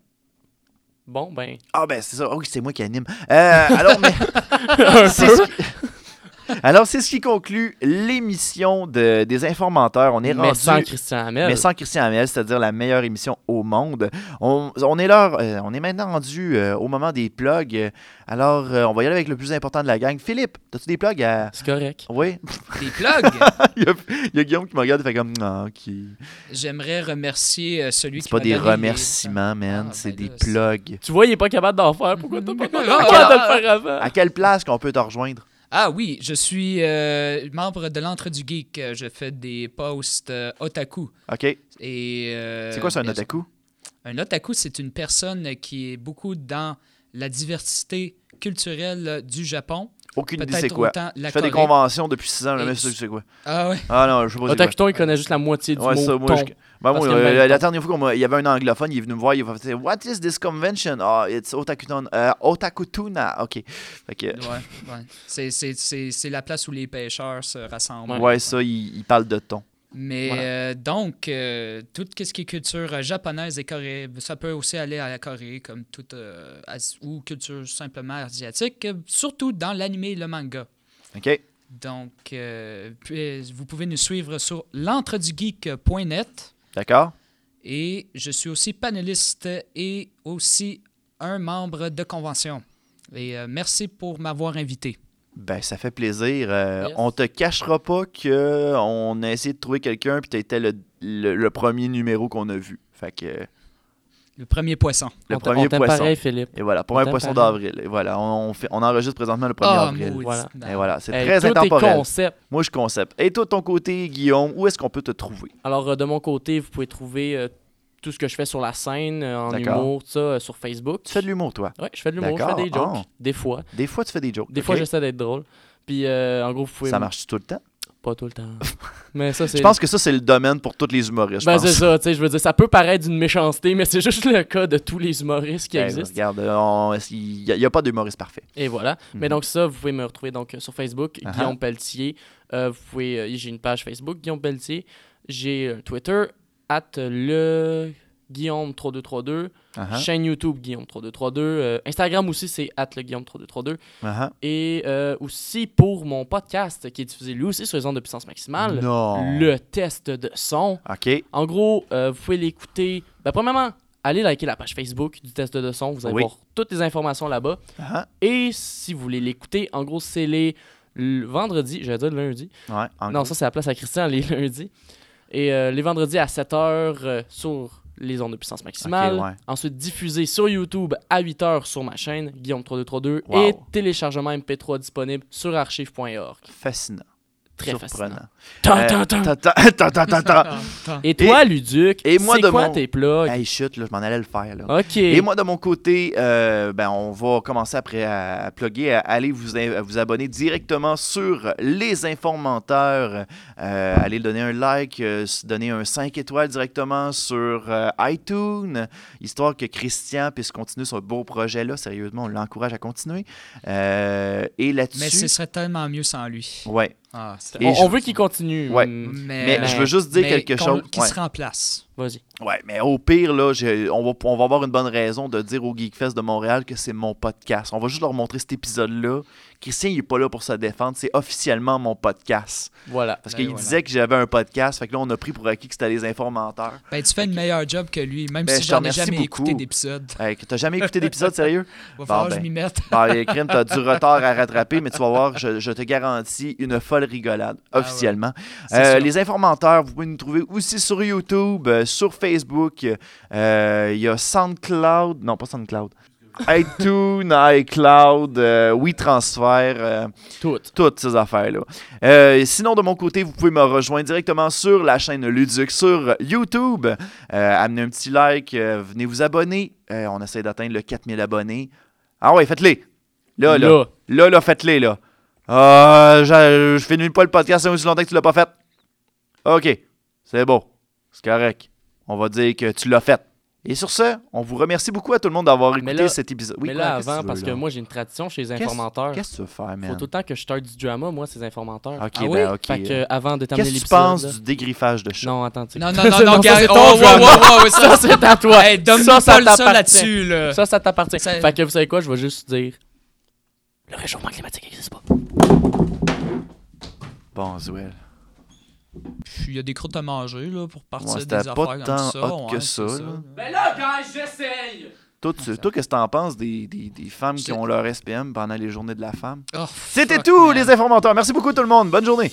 Bon, ben.
Ah ben c'est ça. Ah oui, c'est moi qui anime. Euh, alors
*laughs*
mais c'est ce qui... Alors c'est ce qui conclut l'émission de des informateurs. On est
Mais
rendu
sans Christian Hamel.
mais sans Christian Hamel, c'est-à-dire la meilleure émission au monde. On, on est là, euh, on est maintenant rendu euh, au moment des plugs. Euh, Alors euh, on va y aller avec le plus important de la gang. Philippe, as-tu des plugs à
C'est correct.
Oui,
Des plugs!
*laughs* il, y a, il y a Guillaume qui me regarde et fait comme non, qui
J'aimerais remercier euh, celui qui
C'est pas
m'a
des
donné les-
remerciements, man,
Ah,
c'est des
ben là, c'est-
plugs. *laughs*
Tu vois, il est pas capable d'en faire. Pourquoi t'as pas
Ah,
capable de le faire avant?
À quelle place qu'on peut te rejoindre
Ah oui, je suis euh, membre de l'Entre du Geek. Euh, Je fais des posts euh, otaku.
OK.
Et, euh,
C'est quoi ça, un
bien sûr-
otaku?
Un otaku, c'est une personne qui est beaucoup dans la diversité culturelle du Japon.
Aucune idée,
Peut-être
c'est quoi?
autant la
Je fais des
Corée.
conventions depuis 6 ans, je
Et
sais
tu-
c'est quoi.
Ah
*laughs*
ouais.
Ah non, je sais pas c'est quoi.
Otakuton, il connaît juste la moitié du
Ouais,
mot
ça, moi,
ton.
je- Ben,
Parce
moi,
qu'il y a
euh,
le même
la
ton.
dernière fois qu'on m'a- il y avait un anglophone, il est venu me voir, il m'a fait What is this convention? Ah, it's Otakutun. Euh, Otakutuna. OK. Fait que,
Ouais, ouais. C'est- C'est c'est- c'est la place où les pêcheurs se rassemblent.
ouais. ça, il, il parle de ton.
Mais
Voilà.
euh, donc, euh, tout ce qui est culture euh, japonaise et coréenne, ça peut aussi aller à la Corée, comme toute. euh, as- ou culture simplement asiatique, euh, surtout dans l'anime et le manga.
OK.
Donc, euh, puis, vous pouvez nous suivre sur l'entredugeek.net.
D'accord?
Et je suis aussi panéliste et aussi un membre de convention. Et euh, merci pour m'avoir invité.
Ben, ça fait plaisir. Euh,
Yes.
On te cachera pas qu'on a essayé de trouver quelqu'un, puis t'étais le, le, le premier numéro qu'on a vu. Fait que euh,
Le premier poisson.
le
On t'a-
premier
on t'aime
poisson.
pareil, Philippe.
Et voilà, pour un
t'aime
poisson
pareil.
d'avril. Et voilà, on, on fait, on enregistre présentement le 1er
Ah,
avril.
maudit.
Voilà.
Non.
Et voilà, c'est
Bah, Hey,
très
tout est
intemporel.
concept.
Moi, je concept. Et toi, de ton côté, Guillaume, où est-ce qu'on peut te trouver?
Alors, euh, de mon côté, vous pouvez trouver euh, tout ce que je fais sur la scène, euh, en
D'accord.
humour, tout ça, euh, sur Facebook.
Tu fais de l'humour, toi.
Ouais, je fais de l'humour, je fais
D'accord.
des jokes,
Ah.
des fois.
Des fois, tu fais des jokes.
Des
ok?
fois, j'essaie d'être drôle. Puis, euh, en gros, vous pouvez...
Ça marche tout le temps?
Pas tout le temps. *laughs* Mais ça, c'est...
Je pense que ça, c'est le domaine pour tous les humoristes.
Ben,
je
c'est
pense.
ça, tu sais, je veux dire, ça peut paraître d'une méchanceté, mais c'est *laughs* juste le cas de tous les humoristes qui
Ben,
existent.
regarde, on- il n'y a, pas d'humoriste parfait.
Et voilà. Mais
Mhm.
donc ça, vous pouvez me retrouver donc sur Facebook,
Ah ah.
Guillaume Pelletier. Euh, vous pouvez, euh, j'ai une page Facebook, Guillaume Pelletier. J'ai euh, Twitter, at le Guillaume3232.
Uh-huh,
Chaîne YouTube, Guillaume3232. Euh, Instagram aussi, c'est at le Guillaume3232.
uh-huh.
Et euh, aussi pour mon podcast qui est diffusé lui aussi sur les ondes de puissance maximale.
Non.
Ah, Le test de son.
OK.
En gros, euh, vous pouvez l'écouter. Ben, premièrement, allez liker la page Facebook du test de son. Vous allez
Oui.
voir toutes les informations là-bas.
uh-huh.
Et si vous voulez l'écouter, en gros, c'est les le vendredis, j'allais dire le lundi.
ah. Ouais, en
non,
gros.
ça, c'est la place à Christian, les *laughs* lundis. Et euh, les vendredis à 7h sur les ondes de puissance maximale.
Ok, ouais.
Ensuite, diffusé sur YouTube à 8h sur ma chaîne, Guillaume3232.
Wow.
Et téléchargement MP3 disponible sur archive.org.
Fascinant.
Très
surprenant.
fascinant. Tan,
Euh,
tan, tan.
ta- ta- ta- ta- ta-
*laughs*
ta.
ah,
Et toi, Luduc,
et moi, de
c'est quoi
mon-
tes plugs?
Hey, chut, là, je m'en allais le faire. Là.
OK.
Et moi, de mon côté, euh, ben, on va commencer après à, à plugger, à aller vous, à vous abonner directement sur Les Informateurs. Euh, allez donner un like, euh, s- donner un 5 étoiles directement sur euh, iTunes, histoire que Christian puisse continuer son beau projet-là. Sérieusement, on l'encourage à continuer. Euh, et
Mais ce
là-dessus...
serait tellement mieux sans lui.
Ouais.
Ah, c'est-
Et
on,
je-
on veut qu'il continue.
Ouais.
Mm,
Mais je veux juste dire
Euh, mais
quelque
qu'on-
chose.
Qu'il
Ouais.
se remplace.
Vas-y.
Ouais, mais au pire, là, j'ai- on, va, on va avoir une bonne raison de dire au Geekfest de Montréal que c'est mon podcast. On va juste leur montrer cet épisode-là. Christian, il n'est pas là pour se défendre. C'est officiellement mon podcast.
Voilà.
Parce
Ben,
qu'il
voilà.
disait que j'avais un podcast. Fait que là, on a pris pour acquis que c'était les informateurs.
Ben, tu fais une meilleure job que lui, même
Ben,
si
je te
j'en ai
remercie
jamais écouté
beaucoup.
d'épisode.
Hey, que t'as jamais écouté d'épisode, sérieux?
Va falloir que
ben.
je m'y mette.
Bah, les crimes, t'as du retard à rattraper, mais tu vas voir, je, je te garantis une folle rigolade,
Ah ouais.
officiellement.
C'est
Euh,
sûr.
les informateurs, vous pouvez nous trouver aussi sur YouTube, euh, sur Facebook. euh, Il y a SoundCloud. Non, pas
*laughs*
SoundCloud. iTunes, iCloud, euh, WeTransfer, euh,
Tout.
toutes ces affaires-là. Euh, sinon, de mon côté, vous pouvez me rejoindre directement sur la chaîne Luduc sur YouTube. Euh, amenez un petit like, euh, venez vous abonner. Euh, on essaie d'atteindre le 4000 abonnés. Ah ouais, faites-les! Là, là.
Là.
Là, là, faites-les, là. Euh, je, je finis pas le podcast aussi longtemps que tu l'as pas fait. OK, c'est bon. C'est correct. On va dire que tu l'as fait. Et sur ce, on vous remercie beaucoup à tout le monde d'avoir
Mais
écouté
là-
cet épisode.
mais
quoi,
là,
qu'est-ce
avant,
tu
parce
veux,
que
là?
moi, j'ai une tradition chez les
Qu'est-ce-
informateurs.
Qu'est-ce que tu veux faire,
Faut
man?
tout le temps que je starte du drama, moi, ces informateurs.
OK,
Ah
ben,
oui?
OK.
Fait que, euh, avant de terminer
Qu'est-ce que tu
l'épisode.
penses
là-
du dégriffage de chat?
Non, attends,
*laughs*
tu
Non,
*laughs*
non, non, non,
ça,
Gary.
c'est
Oh,
ton
wow,
drama.
wow, wow,
*laughs*
ça,
Ça, c'est à toi.
Hey, donne
ça,
ça,
ça
pas le ça
t'appartient.
là-dessus, là.
Ça, ça t'appartient.
Ça-
Fait que vous savez quoi, je vais juste dire. Le réchauffement climatique n'existe pas.
Bon, Zouel.
Puis, il y a des croûtes à manger, là, pour partir
Ouais,
des
c'était
affaires
pas
comme
tant
ça.
hot que
ouais,
ça,
c'est
là.
Mais là, quand j'essaye!
Toi, tu- toi, qu'est-ce que t'en penses des, des- des femmes qui
C'est-
ont leur SPM pendant les journées de la femme?
Oh,
C'était
fuck,
tout,
man.
les informateurs. Merci beaucoup, tout le monde. Bonne journée.